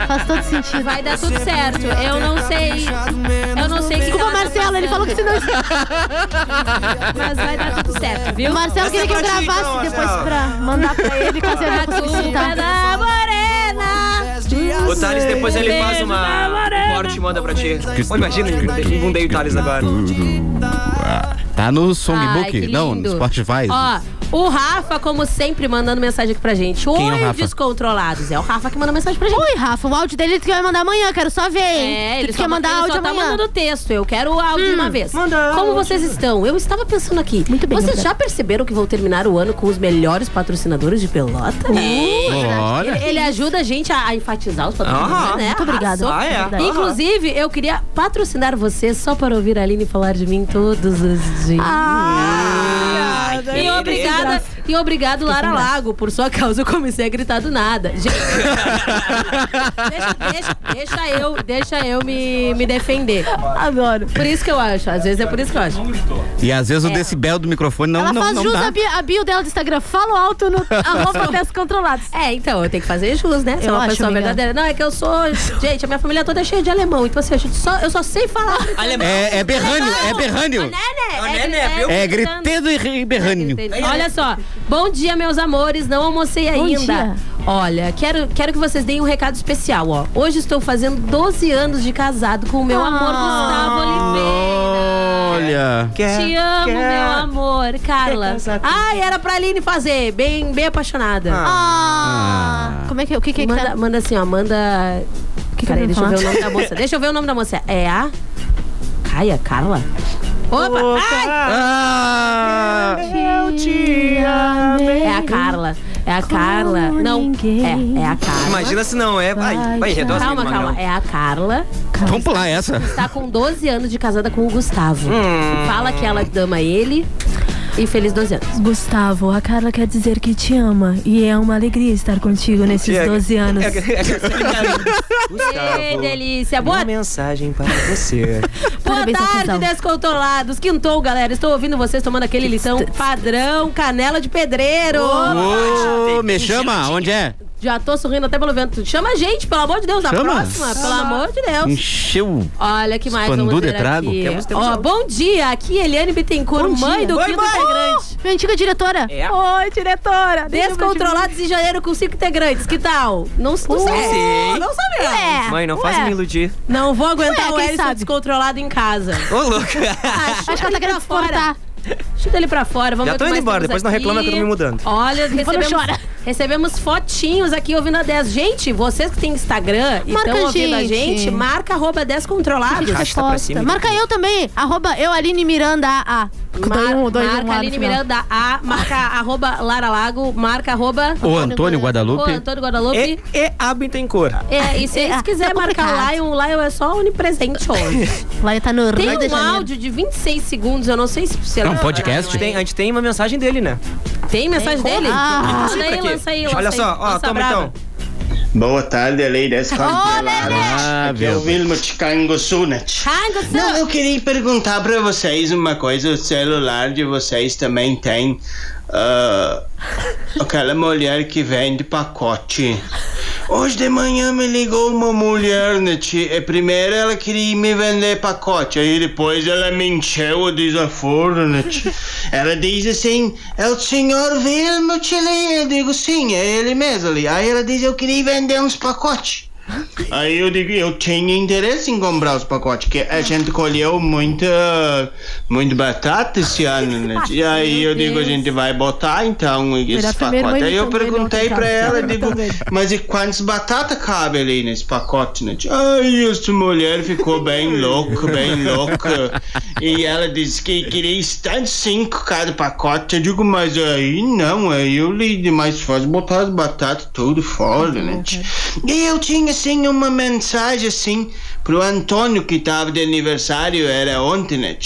G: Faz todo sentido.
E: Vai dar tudo certo. Eu não sei. Eu não sei o que
G: Desculpa,
E: que ela tá
G: Marcelo, ele falou que se não.
E: Mas vai dar tudo certo, viu?
G: O Marcelo
J: é
G: queria que eu gravasse
J: então,
G: depois pra mandar pra ele, caso ele não conseguisse
E: Catuca
G: escutar.
E: da morena.
H: O Thales depois ele faz uma um corte e manda pra ti. Ô, imagina,
E: Tá
H: bundei o Thales agora.
J: Tá no
E: Ai, que
J: Songbook? não, no
E: lindo.
J: Spotify.
E: Ó, o Rafa, como sempre, mandando mensagem aqui pra gente. Oi,
J: Quem é o Rafa?
E: descontrolados. É o Rafa que manda mensagem pra gente.
G: Oi, Rafa, o áudio dele disse que vai mandar amanhã, quero só ver, hein?
E: É,
G: Tu
E: ele
G: disse
E: só,
G: que ia mandar
E: ele
G: áudio
E: só tá
G: amanhã.
E: mandando texto. Eu quero o áudio de uma vez. Como vocês estão? Eu estava pensando aqui. Hum, Muito
G: bem,
E: Vocês
G: Roberta.
E: já perceberam que vão terminar o ano com os melhores patrocinadores de pelota?
J: Olha.
G: é
E: Ele, ele ajuda a gente a, a enfatizar os patrocinadores,
J: Aham.
E: né?
J: Muito
G: obrigada.
E: Arrasou.
G: Ah, é? Aham.
E: Inclusive, eu queria patrocinar vocês só para ouvir a Aline falar de mim todos os dias. Ah, e obrigada, e obrigado, Lara Lago. Por sua causa, eu comecei a gritar do nada. Gente, deixa, deixa, deixa eu, deixa eu me, me defender.
G: Adoro.
E: Por isso que eu acho. Às vezes é por isso que eu acho.
J: E às vezes o decibel do microfone não,
G: Ela
J: não,
G: faz
J: não
G: jus
J: dá.
G: à bio, à bio dela do Instagram. Falo alto no arroba testes controlados.
E: É, então, eu tenho que fazer jus, né? Sou
G: Eu
E: uma
G: acho,
E: pessoa
G: amiga.
E: verdadeira. Não, é que eu sou. Gente, a minha família toda é cheia de alemão. Então, assim, eu só, eu só sei falar.
H: Alemão.
J: É, é berrâneo, é berrâneo.
E: Né, né?
H: né, né,
F: É,
E: gritando.
J: É, gritando e berrâneo.
E: Olha só, Bom dia, meus amores. Não almocei
G: Bom
E: ainda.
G: dia.
E: Olha, quero, quero que vocês deem um recado especial, ó. Hoje estou fazendo 12 anos de casado com o meu amor
G: Ah,
E: Gustavo
J: Olha.
E: Te amo, meu amor. Carla. Ai, era pra Aline fazer. Bem, bem apaixonada.
G: Ah. Como é que é? O Ah, que, que é que
E: manda,
G: tá-
E: manda assim, ó. Manda.
G: que tá
E: Peraí,
G: eu ia
E: deixa eu ver
G: falar?
E: o nome da moça. Deixa eu ver o nome da moça. É a. Caia, Carla? Opa! Ai!
J: Ah.
L: Eu te amei.
E: É a Carla. É a Carla. Não, é, é a Carla.
H: Imagina se não é. Vai, vai, redor.
E: Calma, calma. É a Carla.
J: Vamos pular essa.
E: Está com 12 anos de casada com o Gustavo.
J: Hum.
E: Fala que ela ama ele. E feliz 12 anos.
G: Gustavo, a Carla quer dizer que te ama e é uma alegria estar contigo nesses
H: é-
G: 12 anos.
K: É,
E: Que delícia. Boa
H: Uma mensagem para você.
E: Boa tarde, descontrolados. Quintou, galera. Estou ouvindo vocês tomando aquele lição padrão canela de pedreiro.
J: Ô, me chama, onde é?
E: Já tô sorrindo até pelo vento. Chama a gente, pelo amor de Deus, na
J: Chama.
E: próxima. Pelo amor de Deus.
J: Encheu.
E: Olha que mais
J: Expandu
E: vamos
J: de
E: ver
J: trago.
E: aqui.
J: Temos- temos
E: Ó, bom dia. Aqui Eliane Bittencourt,
G: Bom
E: mãe
G: dia.
E: do
G: Oi,
E: quinto
G: mãe.
E: integrante.
G: Minha antiga diretora.
H: É.
G: Oi, diretora.
E: Descontrolados em janeiro com cinco integrantes. Que tal? Não, não sei.
H: sim.
E: Não sabemos.
H: Mãe, não faz
E: Ué.
H: me iludir.
E: Não vou aguentar
G: É. Ué,
E: o
G: quem
E: Ellison
G: sabe?
E: descontrolado em casa.
H: Ô, louco.
G: Acho que ela tá querendo exportar.
E: Chuta ele pra fora, vamos
H: Já
E: ver
H: tô
E: o
H: indo
E: que mais
H: embora, depois
E: temos
H: não reclama
E: aqui.
H: que eu tô me mudando.
E: Olha,
G: Quando chora.
E: recebemos, recebemos fotinhos aqui ouvindo a 10. Gente, vocês que têm Instagram e
G: Marca
E: estão
G: a
E: ouvindo a
G: gente.
E: gente, marca arroba 10 controlados.
G: A gente posta.
H: então.
G: Marca eu também. Arroba eu, Aline Miranda A. Dois, um, dois, um,
E: marca
G: lá no
E: Aline
G: final.
E: Miranda A, marca arroba Lara Lago, marca arroba...
J: O Antônio Guadalupe.
E: O Antônio Guadalupe.
H: E, e abre tem é cor.
E: É, e se eles
G: É,
E: quiserem
G: é
E: marcar o
G: complicado.
E: Lion, o Lion é só onipresente hoje.
G: Lá tá no
E: Tem
G: Rio de
E: um
G: Janeiro.
E: áudio de 26 segundos, eu não sei se... se
J: É um
E: ela-
H: A
J: podcast?
H: gente, tem, a gente tem uma mensagem dele, né?
E: Tem mensagem dele?
G: Ah.
E: Manda aí,
H: Aqui.
E: lança aí, lança
H: Olha
E: aí,
H: só, ó,
E: lança
H: toma
E: brava.
H: então.
O: Boa tarde, é Lei 10
J: Ah,
O: Aqui é o
J: viu?
O: Vilmo de Cango Sunet. Não, eu queria perguntar pra vocês uma coisa. O celular de vocês também tem ah, aquela mulher que vende pacote. Hoje de manhã me ligou uma mulher, né? ti? E Primeiro ela queria me vender pacote, aí depois ela me encheu o desaforo, né? ti? Ela diz assim: É o senhor Vilmo Chile? Eu digo: Sim, é ele mesmo ali. Aí ela diz: Eu queria vender uns pacotes. Aí eu digo, eu tinha interesse em comprar os pacotes, que a gente colheu muita, muito batata esse ano, né? E aí eu digo, a gente vai botar então esses
G: primeiro
O: pacotes. Aí eu
G: banho também,
O: perguntei
G: não,
O: pra
G: tá?
O: ela, digo, mas e quantas batatas cabe ali nesse pacote, né? Ai, essa mulher ficou bem louca, bem louca. E ela disse que queria estar cinco cada pacote. Eu digo, mas aí não, aí eu li mais fácil botar as batatas tudo fora, né? E eu tinha assim uma mensagem assim pro Antônio que tava de aniversário, era ontem, né?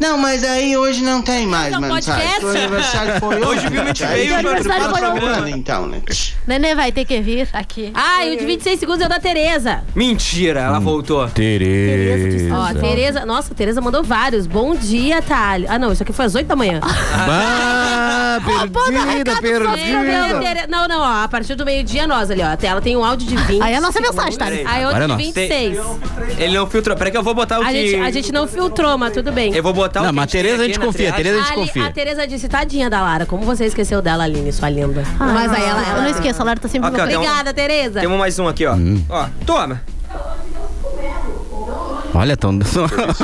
O: Não, mas aí hoje não tem mais
E: Não,
O: mensagem.
E: podcast.
O: O aniversário foi
H: Hoje
O: ontem.
H: o Vilma
O: né?
H: te
O: Aí
H: veio
O: eu
G: pra-
O: tô
G: aniversário foi
O: falando,
H: ontem.
O: Então, né?
G: Nenê vai ter que vir aqui.
E: Ah, e o de 26 segundos é o da Tereza.
H: Mentira, ela voltou.
J: Tereza.
E: Ó, a Tereza, assim, nossa, a Tereza mandou vários. Bom dia, Thalio. Ah, não, isso aqui foi às 8 da manhã.
J: Bah, Ah, perdida,
E: Meu Deus,
J: perdida.
E: Tere- Não, não, ó, a partir do meio-dia nós ali, ó. Até ela tem um áudio de 20.
G: Aí é a nossa mensagem, tá?
E: Aí
J: Agora é
E: outro de
J: nossa.
E: 26.
H: um Ele não filtrou. Peraí que eu vou botar o
E: A
H: que...
E: gente, a gente não filtrou, mas tudo bem.
H: Eu vou botar o
J: Não,
H: que
J: mas a Tereza a
H: tem
J: gente
H: aqui na
J: confia, a
H: triagem.
J: Tereza a gente
E: Ali,
J: confia.
E: a Tereza disse, tadinha da Lara, como você esqueceu dela, Aline, sua linda.
G: Ah,
E: mas aí ela...
G: Eu
E: ela
G: não esqueço, a Lara tá sempre
H: Aqui, ó,
G: no
H: tem um-
E: Obrigada, Tereza.
H: Temos mais um aqui, ó. Ó, toma.
J: Olha, tão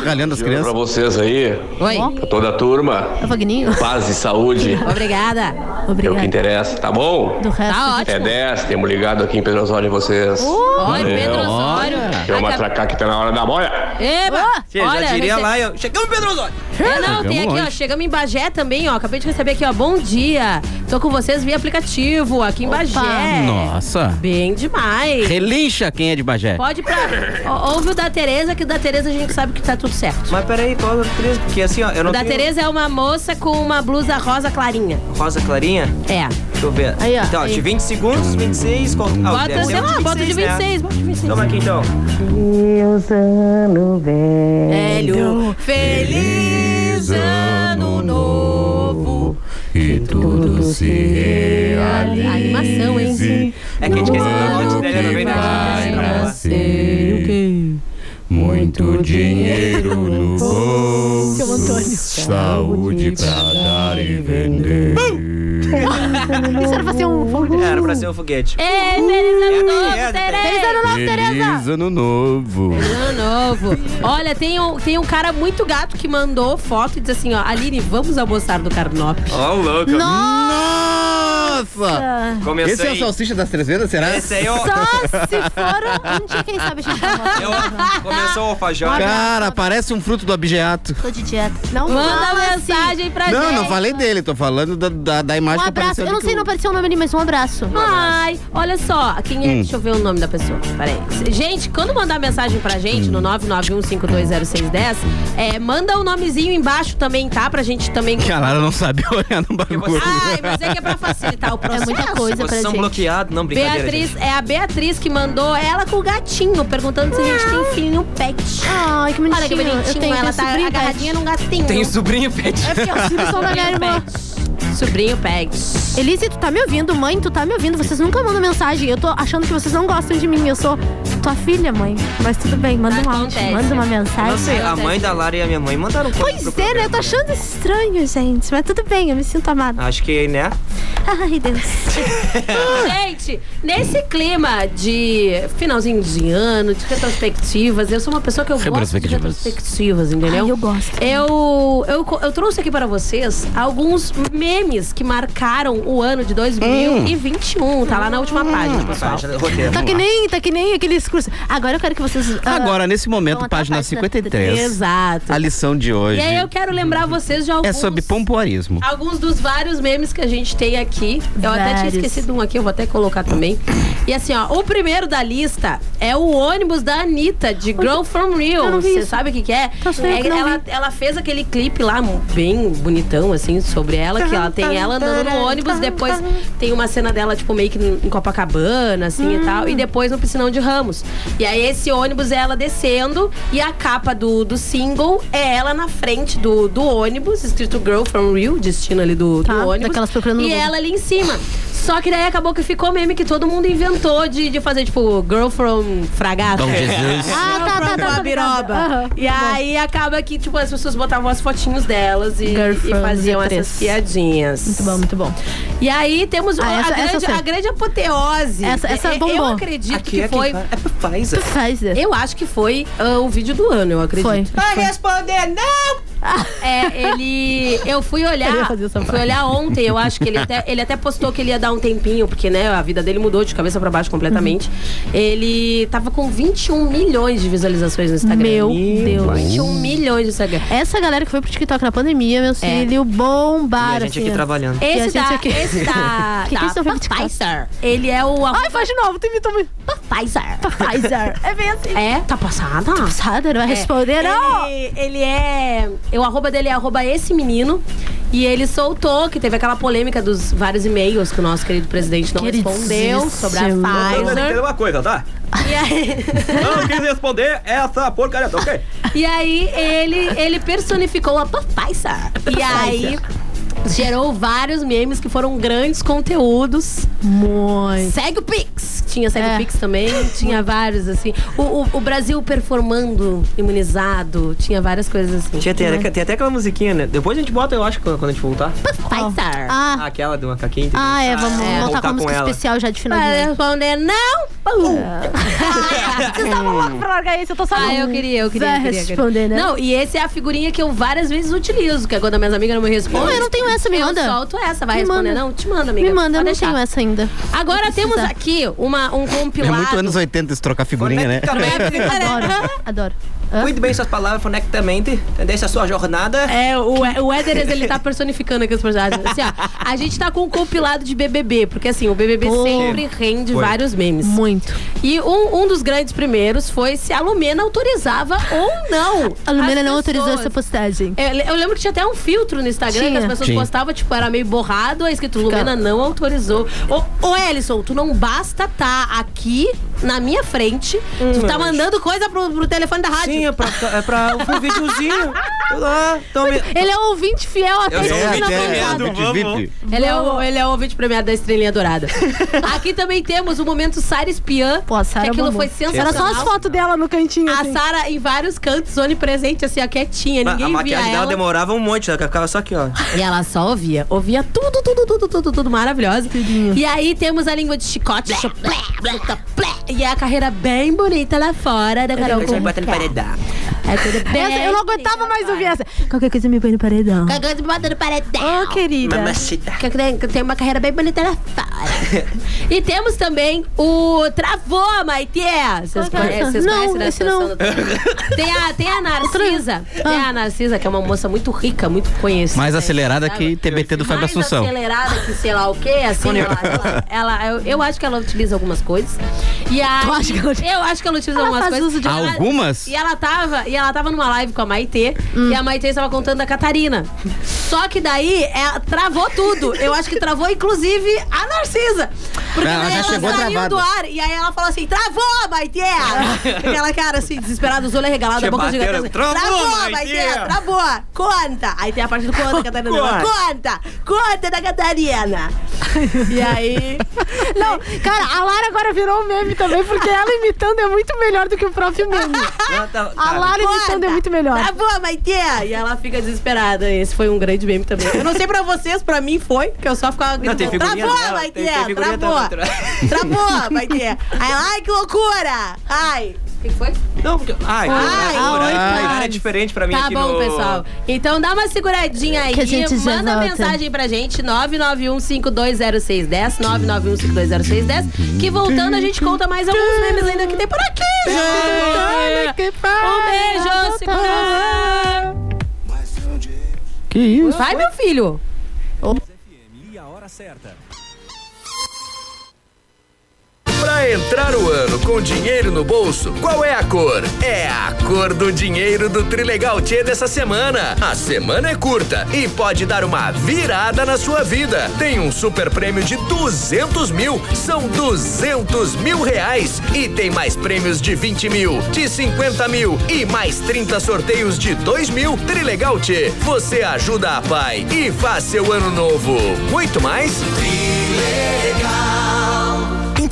J: olhando as
P: Pra
J: crianças.
P: vocês aí,
J: um-
E: Oi.
P: pra toda a turma,
G: É o Vagninho?
P: paz e saúde
E: Obrigada.
P: é o que
G: Obrigada.
P: interessa, tá bom?
G: Do resto.
E: Tá ótimo.
P: É 10, temos ligado aqui em Pedro Osório em vocês.
O: É,
E: Oi, Pedro Osório.
P: Eu vou atracar que tá na hora da boia.
E: Eba!
H: Tia, já diria
E: rece-
H: lá, eu... Chegamos, Pedro Osório.
E: É, não, tem
J: Chegamos
E: aqui, ó.
J: longe.
E: Chegamos em Bagé também, ó. Acabei de receber aqui, ó. Bom dia. Tô com vocês via aplicativo aqui em Bagé.
J: Nossa.
E: Bem demais.
J: Relincha quem é de Bagé.
E: Pode ir pra. Ó, Ouve o da Tereza, que o da Tereza a gente sabe que tá tudo certo.
H: Mas peraí, qual é o Tereza? Porque assim, ó, eu
E: O
H: não
E: da
H: tenho...
E: Tereza é uma moça com uma blusa rosa clarinha.
H: Rosa Clarinha?
E: É.
H: Deixa eu ver.
G: Aí, ó,
H: Então,
G: aí.
H: de 20 segundos, 26... Qual... Ah,
E: Bota,
H: deve ser
E: sei
H: o
E: lá, bota de
H: né?
E: 26, bota de 26.
H: Toma aqui, então.
E: Velho, feliz ano novo.
J: E tudo se realiza.
E: A animação, hein?
H: É que a gente quer saber o
E: Ano
H: monte dela,
E: que
H: não vem
E: vai
H: nada.
E: nascer o quê?
J: Muito dinheiro no
G: Seu
J: bolso.
G: Antônio.
J: Saúde pra dar e vender.
G: Isso era pra ser um foguete.
H: Era pra ser um foguete.
G: É,
E: feliz ano novo,
G: Tereza! Feliz ano novo, Tereza!
J: Feliz ano novo.
E: Ano Ah, novo. Olha, tem um, tem um cara muito gato que mandou foto e diz assim, ó, Aline, vamos almoçar no Carnop.
H: Ó, louco.
G: Nossa!
H: Começou
Q: Esse é o
H: em-
Q: salsicha das três vendas, será?
H: Esse aí é o-
G: Só se for um dia, quem sabe a gente tá
H: Começou o alfajor.
Q: Cara, parece um fruto do abigeato.
G: Tô de dieta. Não
E: Manda
G: fala assim.
E: mensagem pra
Q: não,
E: gente.
Q: não falei dele, tô falando da, da, da
G: Um
Q: imagem que
G: abraço.
Q: apareceu
G: Eu
Q: ali
G: não
Q: que
G: sei, não apareceu o nome dele, mas um abraço.
E: Ai, olha só, quem é?
Q: Hum.
E: Deixa eu ver o nome da pessoa. Peraí. Gente, quando mandar mensagem pra gente no 991520610, é, manda o nomezinho embaixo também, tá? Pra gente também.
Q: A Lara não sabe olhar no bagulho.
E: Ai, mas é que é pra facilitar o processo.
G: é
H: Vocês são bloqueados, não, brincadeira.
E: Beatriz,
H: gente.
E: é a Beatriz que mandou ela com o gatinho, perguntando se a gente
G: Ah.
E: tem filhinho pet.
G: Ai, que bonitinho.
E: Olha que
G: Eu
E: bonitinho,
G: tenho-
E: ela
G: tenho
E: tá
G: sobrinho pet.
E: agarradinha num gatinho.
H: Tem sobrinho, Pet.
G: É porque os filhos são da minha irmã.
E: Sobrinho pet.
G: Elise, tu tá me ouvindo? Mãe, tu tá me ouvindo? Vocês nunca mandam mensagem. Eu tô achando que vocês não gostam de mim. Eu sou tua filha, mãe. Mas tudo bem, manda um áudio, manda uma mensagem.
H: Não sei, a mãe da Lara e a minha mãe mandaram coisa pro
G: Pois é, né? Eu tô achando estranho, gente. Mas tudo bem, eu me sinto amada.
H: Acho que, né?
G: Ai, Deus.
E: Gente, nesse clima de finalzinho de ano, de retrospectivas, eu sou uma pessoa que eu gosto de
J: Retrospectivas.
E: retrospectivas, entendeu?
J: Ai,
E: eu gosto. Eu, eu, co- eu trouxe aqui para vocês alguns memes que marcaram o ano de 2021. Tá lá na última página, pessoal.
G: Tá que nem, tá que nem aqueles cursos. Agora eu quero que vocês. ah,
Q: Agora, nesse momento, página 53.
E: Então, tá Exato.
Q: A lição de hoje
E: E aí eu quero lembrar vocês de alguns...
Q: é sobre pompoarismo.
E: Alguns dos vários memes que a gente tem aqui. Eu até tinha
G: Vários.
E: esquecido um aqui, eu vou até colocar também. E assim, ó, o primeiro da lista é o ônibus da Anitta, de Grow From
G: eu
E: Real.
G: não vi
E: Você
G: isso.
E: sabe o que, que é?
G: Tá certo,
E: É que
G: não
E: ela, ela fez aquele clipe lá, bem bonitão, assim, sobre ela, que ela tem ela andando no ônibus, depois tem uma cena dela, tipo, meio que em Copacabana, assim e tal, e depois no piscinão de Ramos. E aí esse ônibus é ela descendo, e a capa do, do single é ela na frente do, do ônibus, escrito Girl From Rio, destino ali do, do ônibus.
G: daquelas procurando no
E: e
G: Google.
E: ela ali em cima. Só que daí acabou que ficou meme que todo mundo inventou de, de fazer, tipo, Girl From Fragata.
H: É.
J: Dom Jesus.
E: Ah, tá, tá, tá, Babiroba. E aí acaba que, tipo, as pessoas botavam as fotinhos delas e, e faziam essas piadinhas. Muito
G: bom, muito bom.
E: E aí temos
G: Ah,
E: a,
G: essa- essa eu
E: grande,
G: sei.
E: a grande apoteose.
G: Essa- essa é
E: Eu- Eu
G: bombou.
E: acredito
G: Aqui
E: que
G: é quem
E: foi.
G: fa-
H: Pfizer.
G: Pfizer.
E: Eu acho que foi ah, o vídeo do ano, eu acredito. Ah.
G: Foi.
E: Vai responder, não! É, ele. Eu fui
G: Eu ia
E: olhar.
G: fazer essa
E: Fui olhar ontem, eu acho que ele até, ele até postou que ele ia dar um tempinho, porque, né, a vida dele mudou de cabeça pra baixo completamente.
G: Uhum.
E: Ele tava com 21 milhões de visualizações no Instagram.
G: Meu Deus.
E: 21 milhões de Instagram.
G: Essa galera que foi pro TikTok na pandemia, meu filho, bombaram.
E: É. E a gente
G: assim,
E: aqui
G: ó.
E: trabalhando. Esse
G: E a gente
E: da- esse da-
G: que é que
E: da
G: isso foi pro TikTok?
E: Pfizer. Ele é o.
G: Ai, faz de novo, tu imitou muito.
E: Pfizer.
G: Pfizer. É bem assim.
E: É, tá passada? Tá
G: passada, não vai responder, não.
E: Ele, ele é. O arroba dele é arroba esse menino. E ele soltou que teve aquela polêmica dos vários e-mails que o nosso querido presidente não respondeu sobre a
H: Não, não, não, entendeu
E: Pfizer.
H: uma coisa, tá?
E: E aí,
G: Uhum.
H: Não quis responder essa porcaria, tá ok?
E: e aí ele, ele personificou a Pfizer. E aí gerou vários memes que foram grandes conteúdos.
G: Muito.
E: Segue o Pix. Tinha Segue o Pix também, tinha vários, assim. O, o- o Brasil performando imunizado, tinha várias coisas assim.
H: Tinha, tem, até- tem até aquela musiquinha, né? Depois a gente bota, eu acho, quando quando a gente voltar.
E: Pfizer.
G: Ah,
H: Aquela do macaquinho. entendeu?
G: ah, é, vamos
H: É,
G: voltar com a
H: com
G: música
H: ela.
G: especial já de final de
E: Vai
G: ano.
E: responder não? Pum.
G: Vocês estavam loucos pra largar isso, eu tô sabendo.
E: É. Ah, eu queria, eu queria.
G: Tá Vai
E: eu queria, eu queria.
G: responder, né?
E: Não, e essa é a figurinha que eu várias vezes utilizo, que é quando as minhas amigas não me respondem.
G: Não, eu não tenho essa, me manda.
E: Eu solto essa, vai
G: Me
E: responder
G: manda.
E: não? Te manda, amiga.
G: Me manda, eu
E: Pode
G: não
E: deixar.
G: tenho essa ainda.
E: Agora
G: Vou
E: temos
G: precisar.
E: aqui uma, um
Q: É
E: compilado.
Q: muito anos 80 esse trocar figurinha, né?
G: Adoro, adoro.
H: Cuide bem suas palavras, conectamente. Tendência a sua jornada.
E: É, o, o Éderes, ele tá personificando aqui os personagens. Assim, ó, a gente tá com um compilado de BBB, porque assim, o BBB
G: Pô.
E: sempre rende
G: Foi.
E: vários memes.
G: Muito.
E: E um, um dos grandes primeiros foi se a Lumena autorizava ou não.
G: A Lumena
E: as
G: não autorizou
E: pessoas.
G: essa postagem.
E: Eu, le- eu lembro que tinha até um filtro no Instagram que
G: Tinha.
E: as pessoas
G: Tinha.
E: postavam, tipo, era meio borrado, aí escrito Lumena não autorizou. Ô, ô Ellison, tu não basta tá aqui na minha frente. tu tá mandando coisa pro, pro telefone da rádio. Sim, é pra.
H: É pra um videozinho. Ah, então me-
E: Ele é um ouvinte fiel até
H: Eu sou
E: esse
H: ouvinte
E: final
H: premiado,
E: premiado.
H: vamos. VIP.
E: Ele é, o, ele é o ouvinte premiado da Estrelinha Dourada. Aqui também temos o momento Sara Espiã. Pô, a
G: Sarah
E: que aquilo
G: mamou.
E: foi sensacional.
G: Era só as
E: fotos dela no cantinho. A
G: assim.
E: Sara em vários cantos, onipresente, assim, ó, quietinha.
H: a
E: Ninguém via
H: maquiagem dela
E: ela.
H: demorava um monte, ela ficava só aqui, ó.
E: E ela só ouvia. Ouvia tudo, tudo, tudo, tudo, tudo maravilhosa. E aí temos a língua de chicote. Blé, blé, blé, blé. e é a carreira bem bonita lá fora da Carol
G: Depois
E: Conká.
G: bota no paredão.
E: É tudo bem.
G: Essa- eu não aguentava mais ouvir essa. Qualquer coisa me põe no paredão.
E: Qualquer coisa me bota no paredão.
G: Ô, querida.
B: é
H: Mamacita.
E: Que eu tenho- que eu tenho uma carreira bem bonita lá fora. e temos também o Travou, Maitê. Vocês
G: Qual que é
E: conhecem,
G: essa?
E: vocês
G: Não, Ah.
E: conhecem né, a
G: esse
E: situação do Travou? Tem a, tem a Narcisa. Tem a Narcisa, que é uma moça muito rica, muito conhecida.
F: assim,
Q: Mais acelerada
E: sabe?
Q: que TBT do Fábio
E: mais
Q: Assunção.
E: acelerada que sei lá o quê, assim, ela, ela, ela- eu, eu acho que ela utiliza algumas coisas. E aí, eu acho que ela utiliza
G: Ela
E: algumas
G: faz
E: É, coisas.
G: uso de-
E: Ela-
Q: Algumas?
E: E ela tava, e ela tava numa live com a Maitê, e a Maitê estava contando da Catarina. Só que daí é, travou tudo. Eu acho que travou inclusive a Narcisa. Porque
L: Ela
E: daí
L: já
E: ela
L: chegou
E: saiu
L: travada.
E: do ar e aí ela falou assim: "Travou, Maitê!" Aquela cara assim desesperada, os olhos arregalados, a
L: Te
E: boca
L: bateram.
E: gigante. assim,
L: "Travou,
E: travou
L: Maitê!"
E: Maitê, travou. Conta. Aí tem a parte do conta, da Catarina.
L: Conta.
E: Conta. Conta da Catarina. E aí,
G: Não, cara, a Lara agora virou um meme também, porque ela imitando é muito melhor do que o próprio meme.
H: tá-
G: A Lara imitando é muito melhor.
E: Tá bom, Maitê! E ela fica desesperada. Esse foi um grande meme também. Eu não sei pra vocês, pra mim foi, que eu só ficava
L: Não, tem
E: gritando. Tá
L: figurinha
E: bom,
L: dela,
E: Maitê!
L: tem- tem figurinha
E: Travou!
L: também,
E: Travou, Maitê! Aí ela, ai, que loucura! Ai! O que foi?
H: Não, porque. Ai,
E: Ai,
G: Ah,
H: ai,
E: ai,
H: é diferente pra mim
E: Tá
H: aqui
E: bom,
H: no...
E: pessoal. Então dá uma seguradinha aí.
G: Que a gente já
E: manda
G: volta.
E: mensagem pra gente, 991-520610, 991-520610, que voltando a gente conta mais alguns memes ainda que tem por aqui,
G: É.
E: gente. Um beijo, segura.
Q: Que isso?
E: Vai, meu filho.
R: Pra entrar o ano com dinheiro no bolso, qual é a cor? É a cor do dinheiro do Trilegal Tchê dessa semana. A semana é curta e pode dar uma virada na sua vida. Tem um super prêmio de 200 mil, são 200 mil reais. E tem mais prêmios de 20 mil, de 50 mil e mais 30 sorteios de 2 mil. Trilegal Tchê, você ajuda a pai e faz seu ano novo. Muito mais?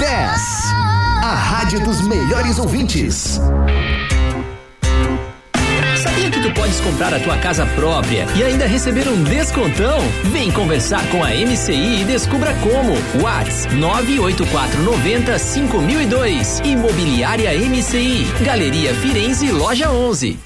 S: 10. A rádio dos melhores ouvintes.
T: Sabia que tu podes comprar a tua casa própria e ainda receber um descontão? Vem conversar com a MCI e descubra como. Whats 98490 5002. Imobiliária MCI. Galeria Firenze, Loja 11.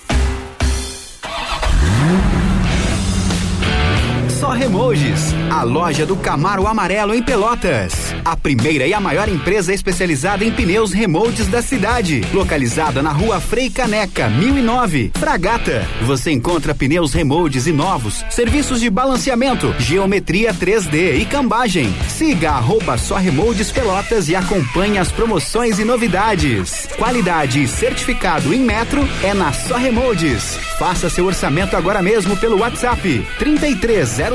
U: Só Remojis, a loja do Camaro Amarelo em Pelotas. A primeira e a maior empresa especializada em pneus remotes da cidade. Localizada na rua Frei Caneca, 1009, Fragata. Você encontra pneus remotes e novos, serviços de balanceamento, geometria 3D e cambagem. Siga arroba Só Remoldes Pelotas e acompanhe as promoções e novidades. Qualidade e certificado em metro é na Só Remoldes. Faça seu orçamento agora mesmo pelo WhatsApp 3307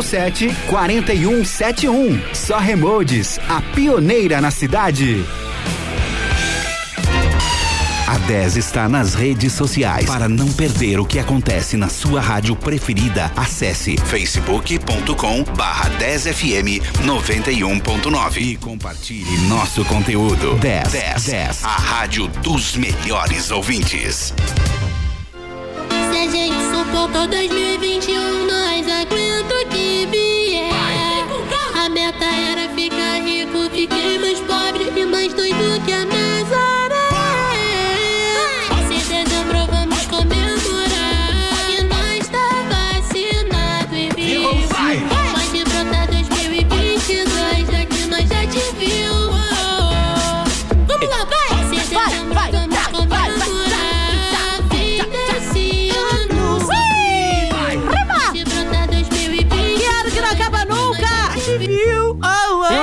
U: 4171. Só Remoldes, a pioneira na cidade.
A: A 10 está nas redes sociais. Para não perder o que acontece na sua rádio preferida, acesse facebook.com barra 10fm 91.9 e compartilhe nosso conteúdo. 10, 10, 10, a rádio dos melhores ouvintes.
L: Se a gente suportou 2021, nós aguenta o que vier. A meta era ficar rico, fiquei mais pobre e mais doido que a Nazaré. Se dezembro vamos comemorar que nós tá vacinado e vivo. Pode brotar 2022, já que nós já te viu. oh, Vamos lá,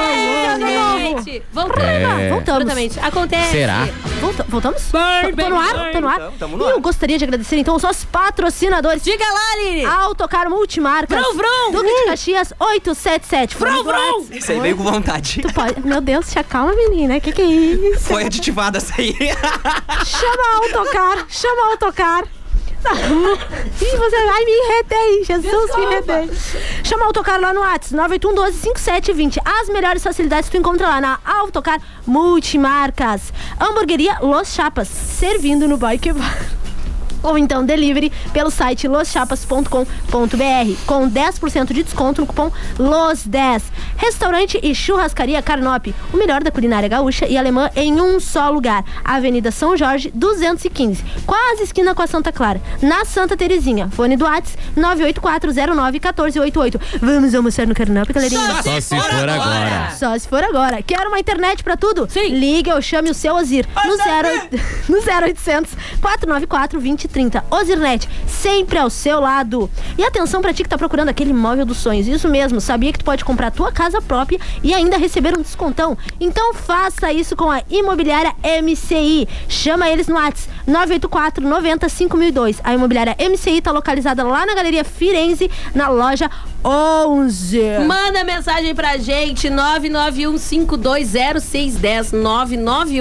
E: Acontece. Voltamos.
G: É. Voltamos.
E: Exatamente. Acontece.
G: Será? Volta- voltamos? Tô, tô no ar? Tô no ar? E eu gostaria de agradecer então os nossos patrocinadores.
E: Diga lá, Lili!
G: Ah. Autocar Multimarcas.
E: Vrum, vrum.
G: Duque de Caxias 877.
H: Vrum, vrum.
G: Fone do
H: Isso aí veio com vontade.
G: Tu pode... Meu Deus, te acalma, menina. Que que é isso?
H: Foi aditivada essa aí.
G: Chama Autocar. Chama Autocar. Ih, você vai me retém, Jesus me retém. Chama Autocar lá no Whats, 981 12 5720. As melhores facilidades tu encontra lá na Autocar Multimarcas. Hamburgueria Los Chapas, servindo no Bike Bar. Ou então delivery pelo site loschapas.com.br com 10% de desconto no cupom LOS10. Restaurante e churrascaria Carnop, o melhor da culinária gaúcha e alemã em um só lugar. Avenida São Jorge, 215, quase esquina com a Santa Clara, na Santa Terezinha. Fone do Whats 984091488. Vamos almoçar no Carnop, galerinha?
J: Só se for agora.
G: Só se for agora. Quer uma internet pra tudo? Sim. Liga ou chame o seu Ozir no, zero, no 0800 494 2030. Ozirnet, sempre ao seu lado. E atenção pra ti que tá procurando aquele imóvel dos sonhos. Isso mesmo, sabia que tu pode comprar tua casa própria e ainda receber um descontão? Então faça isso com a Imobiliária MCI. Chama eles no WhatsApp 984 90 5002. A Imobiliária MCI tá localizada lá na Galeria Firenze, na loja 11.
E: Manda mensagem pra gente, 991-520610,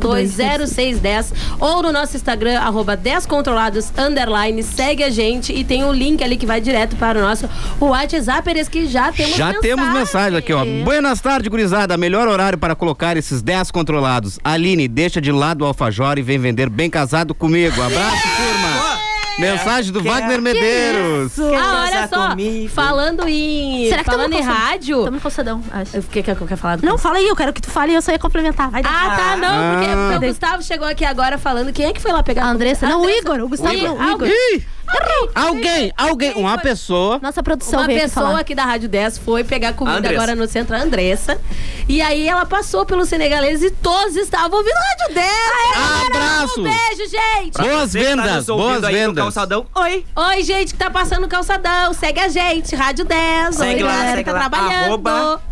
E: 991-520610, ou no nosso Instagram, arroba descontrolados, underline, segue a gente e tem um link ali que vai direto para o nosso WhatsApp, eles que já temos
J: Já temos mensagem aqui, ó. Buenas tardes, gurizada. Melhor horário para colocar esses 10 controlados. Aline, deixa de lado o alfajor e vem vender bem casado comigo. Abraço, turma. Mensagem do Wagner Medeiros.
E: Ah, olha só, falando em.
G: Será que
E: falando
G: tamo
E: em
G: calçadão?
E: rádio.
G: Tamo calçadão, acho.
E: O que, que, que eu quero falar?
G: Não, fala aí, eu quero que tu fale e eu só ia complementar. Vai
E: Ah, tá, não, porque,
G: Ah.
E: porque o Gustavo chegou aqui agora falando. Quem é que foi lá pegar a
G: Andressa? Não, o Igor, o Gustavo
E: Ih,
G: não, o Igor.
E: alguém-
G: Ih,
J: Alguém, alguém, uma pessoa.
G: Nossa produção
E: Uma
G: veio aqui
E: pessoa
G: falar.
E: aqui da Rádio 10 foi pegar comida
J: Andressa.
E: agora no centro, a Andressa. E aí ela passou pelos senegaleses e todos estavam ouvindo a Rádio 10.
J: Abraço!
E: Um beijo, gente!
J: Pra Boas você que tá vendas, nos ouvindo boas aí no vendas. calçadão,
E: Oi! Oi, gente que tá passando no calçadão. Segue a gente, Rádio 10.
H: Segue
E: Oi,
H: lá,
E: galera
H: segue
E: que tá
H: lá.
E: trabalhando.
H: Arroba-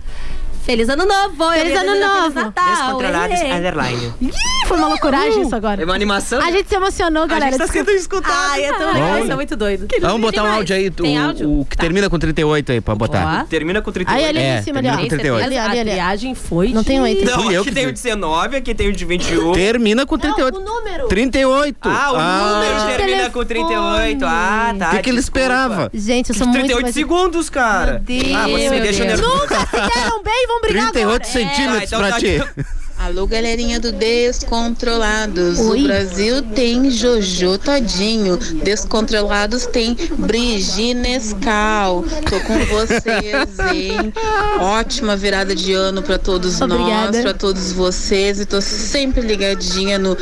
E: Feliz ano novo!
G: Feliz ano
E: Feliz
G: novo.
E: Natal!
H: Descontrolados,
E: Ei.
H: underline.
G: Ih, foi uma loucuragem isso agora.
H: É uma animação?
G: A gente se emocionou, galera.
H: gente tá sendo escutado.
E: Ai, é tão
J: Olha.
E: legal, isso é muito doido.
J: Vamos botar um áudio aí,
E: Tem
J: o-
E: áudio? Tá.
J: o, que termina com 38 aí, pra botar.
H: Termina com um. 38.
J: Aí, ali, ali em É, cima, ali, termina ó. com 38.
E: Ali, ali, ali. A viagem foi.
G: Não tem um entre.
H: Não,
J: Fui eu
H: aqui
J: que
H: tem o 19, aqui tem é o de 21.
J: Termina com 38.
G: o número.
J: 38.
H: Ah, o número
J: Ah.
H: termina com 38 Ah, tá.
J: O que, que ele esperava?
G: Gente, eu sou muito...
H: 38
G: mais-
H: segundos, cara. Ah, você me
G: Meu
H: deixa
G: Deus.
H: nervoso.
G: Nunca se deram bem, vão brigar
J: 38
G: agora. É.
J: centímetros
H: então
J: pra
H: tá
J: ti.
C: Alô, galerinha do Descontrolados. O Brasil tem Jojo Todinho. Descontrolados tem Briginescal. Tô com vocês, hein? Ótima virada de ano pra todos nós,
G: Obrigada.
C: pra todos vocês. E tô sempre ligadinha no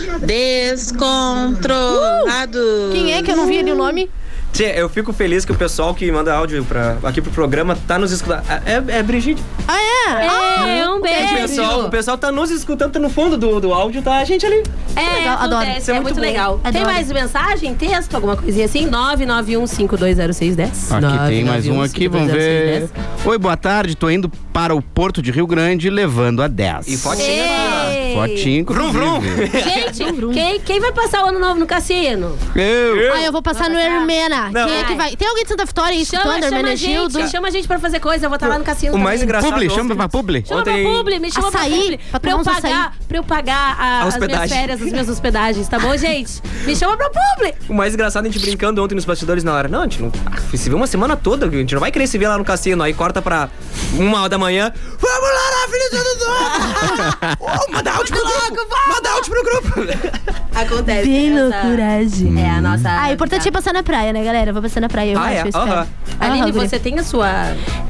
C: Descontrolados.
G: Quem é que eu não vi ali o nome?
H: Tchê, eu fico feliz que o pessoal que manda áudio pra, aqui pro programa tá nos escutando. É, é Brigitte.
G: Ah, é?
E: É,
G: Ah,
E: um
H: O
E: beijo.
H: pessoal, o pessoal tá nos escutando, tá no fundo do, do áudio, tá a gente ali.
E: É,
G: Legal, adoro.
E: acontece,
G: Isso é
E: é
G: muito
E: muito
G: bom.
E: legal. Tem
G: Adoro.
E: mais mensagem, texto, alguma coisinha assim? 991520610.
J: Aqui tem mais um aqui, vamos ver. Oi, boa tarde, tô indo para o Porto de Rio Grande levando a 10.
H: E fotinho,
E: Ei.
J: Fotinho,
H: Vrum, vrum.
J: inclusive.
E: Gente, quem, quem vai passar o ano novo no cassino?
J: Eu.
G: Ah, eu vou passar no Hermena.
H: Não.
G: Quem é que vai? Tem alguém de Santa Vitória aí
E: Chama,
G: escutando,
E: chama a
G: Hermenegildo?
E: gente, chama a gente pra fazer coisa, eu vou estar lá no cassino
H: O mais
E: também.
H: engraçado.
J: Publi,
H: ontem-
J: chama pra Publi.
E: Chama pra publi, me chama
G: Açaí,
E: pra publi.
G: pra
E: Pra eu
G: tomar uns
E: pagar,
G: açaí.
E: pra eu pagar a-
H: A
E: as minhas
H: hospedagem.
E: férias, as minhas hospedagens, tá bom, gente? Me chama pra publi.
H: O mais engraçado, a gente brincando ontem nos bastidores na hora. Não, a gente não. ah, se vê uma semana toda, a gente não vai querer se ver lá no cassino. Aí corta pra uma hora da manhã. Vamos lá na filha do Dudu! oh, manda áudio pro grupo! Manda áudio pro grupo!
E: Acontece.
G: Bem
E: essa-
G: loucuragem.
E: É a nossa.
G: Ah, o importante é passar na praia, né, galera? Eu Vou passar na praia, eu
H: Ah,
G: acho,
H: é?
G: eu espero.
H: Aham.
E: Aline,
G: Aham, guria.
E: você tem a sua.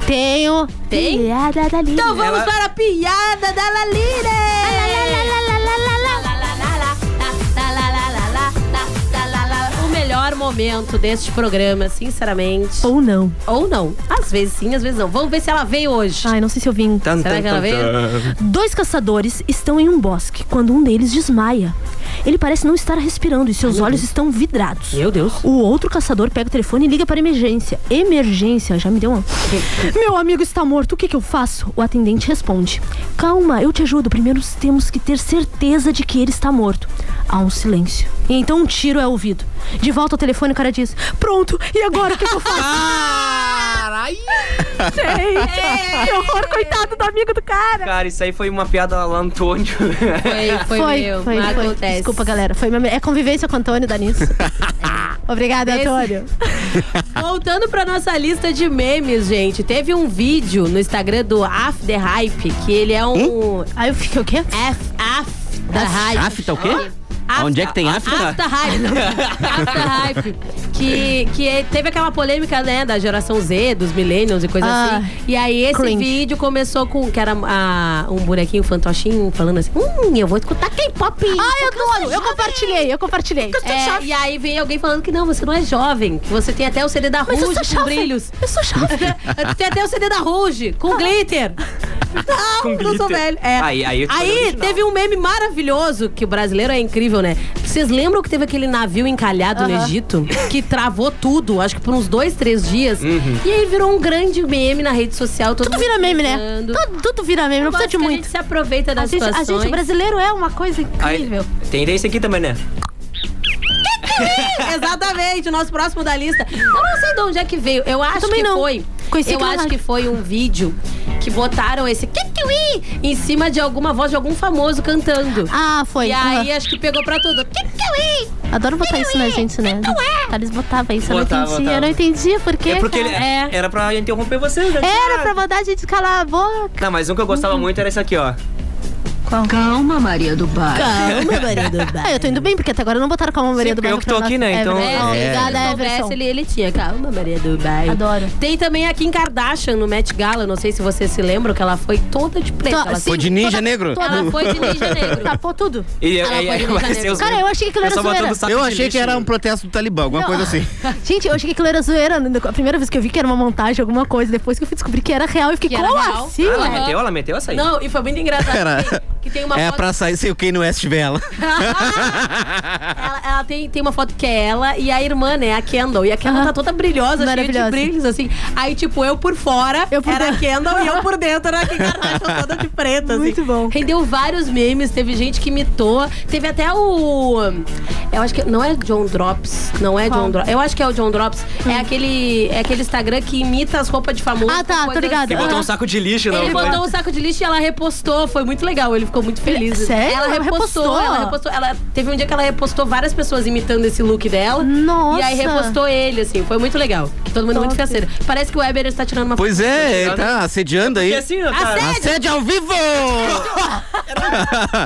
G: Tenho.
E: Tem?
G: Piada da Lina.
E: Então vamos
H: Ela-
E: para a piada da Lalire! O melhor momento deste programa, sinceramente.
G: Ou não.
E: Ou não. Às vezes sim, às vezes não. Vamos ver se ela veio hoje.
G: Ai, não sei se eu vim.
H: Tan,
E: Será
H: tan,
E: que ela
H: tan,
E: veio?
H: tan.
G: Dois caçadores estão em um bosque quando um deles desmaia. Ele parece não estar respirando e seus olhos estão vidrados. Meu Deus. O outro caçador pega o telefone e liga para emergência. Emergência, já me deu um. Meu amigo está morto, o que, que eu faço? O atendente responde: Calma, eu te ajudo. Primeiro temos que ter certeza de que ele está morto. Há um silêncio. E então um tiro é ouvido. De volta ao telefone, o cara diz: Pronto, e agora o que, que eu faço? Caralho! Gente, que horror, coitado do amigo do cara.
H: Cara, isso aí foi uma piada lá, Antônio.
G: Foi, meu.
F: acontece.
G: Desculpa, galera. Foi meu, é convivência com o Antônio, Danilo. Obrigada,
E: Beijo.
G: Antônio.
E: Voltando pra nossa lista de memes, gente. Teve um vídeo no Instagram do Af The Hype, que ele é
H: Hum?
E: um.
G: Aí eu fiquei o quê?
E: Af, Af The Hype.
J: Afta o quê? Onde é que tem afta?
E: After Hype. After Hype. Que, que é- teve aquela polêmica, né, da geração Z, dos millennials e coisa
G: Ah,
E: assim. E aí esse
G: cringe.
E: vídeo começou com... Que era ah, um bonequinho fantochinho falando assim... Hum, eu vou escutar K-pop.
G: Ai, Antônio, eu compartilhei, eu compartilhei.
E: É,
G: É,
E: e aí veio alguém falando que não, você não é jovem, que você tem até o CD da
G: Mas eu
E: Ruge
G: sou
E: com
G: jovem.
E: brilhos.
G: Eu sou jovem.
E: tem até o CD da Ruge,
G: Ah.
E: com glitter. Ah, Não,
H: Com
E: não sou
H: glitter.
E: velho. É.
H: Aí- aí eu te falei
E: Aí
H: original.
E: teve um meme maravilhoso, que o brasileiro é incrível, né? Vocês lembram que teve aquele navio encalhado no
F: Aham.
E: Egito? Que travou tudo, acho que por uns dois, três dias.
H: Uhum.
E: E aí virou um grande meme na rede social. Todo
G: Tudo vira meme, né? Tudo, tudo vira meme, não precisa de muito.
E: A gente se aproveita das
G: A gente, a
E: situações.
G: gente brasileiro é uma coisa incrível.
H: Tem esse aqui também, né?
E: Exatamente, o nosso próximo da lista. Eu não sei de onde é que veio. Eu acho
G: também
E: que
G: não.
E: foi.
G: Conheci
E: eu
G: aquela
E: acho
G: rádio.
E: que foi um vídeo que botaram esse kikiwi em cima de alguma voz de algum famoso cantando.
G: Ah, foi.
E: E aí
G: Aham.
E: acho que pegou pra tudo. Kikiwi!
G: Adoro botar isso na gente, né? Tá, Eles botavam isso, eu não
H: Botava,
G: entendi.
H: botava.
G: Eu não entendi por quê.
H: É porque ele,
G: cara. É.
H: era pra interromper vocês, né?
G: Era pra Uhum. mandar a gente calar a boca.
H: Não, mas um que eu gostava muito era esse aqui, ó.
G: Calma, Maria do Bar.
H: Calma, Maria
G: Calma, Maria do Bar. Ah, eu tô indo bem, porque até agora não botaram calma, Maria do Bar.
H: eu que tô
G: pra
H: aqui,
G: nós.
H: né, então-
G: verdade.
H: É.
G: Obrigada,
E: Se
G: Everson.
E: soubesse, ele, ele tinha. Calma, Maria do Bairro.
G: Adoro.
E: Tem também a Kim Kardashian no Met Gala. Não sei se vocês se lembram que ela foi toda de preto.
G: Tô-
E: Ela
G: sim, Tá Foi de ninja toda- negro? toda-
E: Ela foi de ninja negro.
G: Tapou tudo.
H: E, e- e- vai ser os
G: Cara, eu achei que aquilo era zoeira.
J: Eu achei que era um protesto do Talibã, alguma
G: Não.
J: coisa assim.
G: Gente, eu achei que aquilo era zoeira. né? A primeira vez que eu vi que era uma montagem, alguma coisa. Depois que eu fui descobrir que era real, eu fiquei,
E: era
G: como
E: real.
G: assim?
J: Ah,
H: Ela
G: velho?"
H: meteu, ela meteu essa aí.
E: Não, e foi muito engraçado.
J: Era-
E: Que tem uma
J: é
E: foto
J: pra sair sem o Kanye West tiver ela.
E: Ela, ela tem, tem uma foto que é ela e a irmã, né? A Kendall. E a Kendall tá toda brilhosa, cheia de
G: Maravilhosa.
E: brilhos, assim. Aí, tipo, eu por fora era a Kendall e eu por dentro né, era a Kim Kardashian toda de preta, assim. Muito
G: bom.
E: Rendeu vários memes, teve gente que imitou. Teve até o... Eu acho que... Não é John Drops. Não é
G: Qual?
E: John Drops. Eu acho que é o John Drops. É, aquele, é aquele Instagram que imita as roupas de famoso. Ah, tá. Tô
G: ligada.
H: Que botou um saco de lixo, não.
E: Ele
J: é.
E: botou um saco de lixo e ela repostou. Foi muito legal, ele ficou muito feliz.
G: Sério?
E: Ela
G: Ela
E: repostou,
G: repostou?
E: ela repostou. Ela teve um dia que ela repostou várias pessoas imitando esse look dela.
G: Nossa.
E: E aí repostou ele, assim. Foi muito legal. Todo mundo é muito faceiro. Parece que o Weber está tirando uma
J: Pois é, ele tá assediando aí.
E: Porque assim, ó, cara- Assédio!
J: Assédio ao vivo!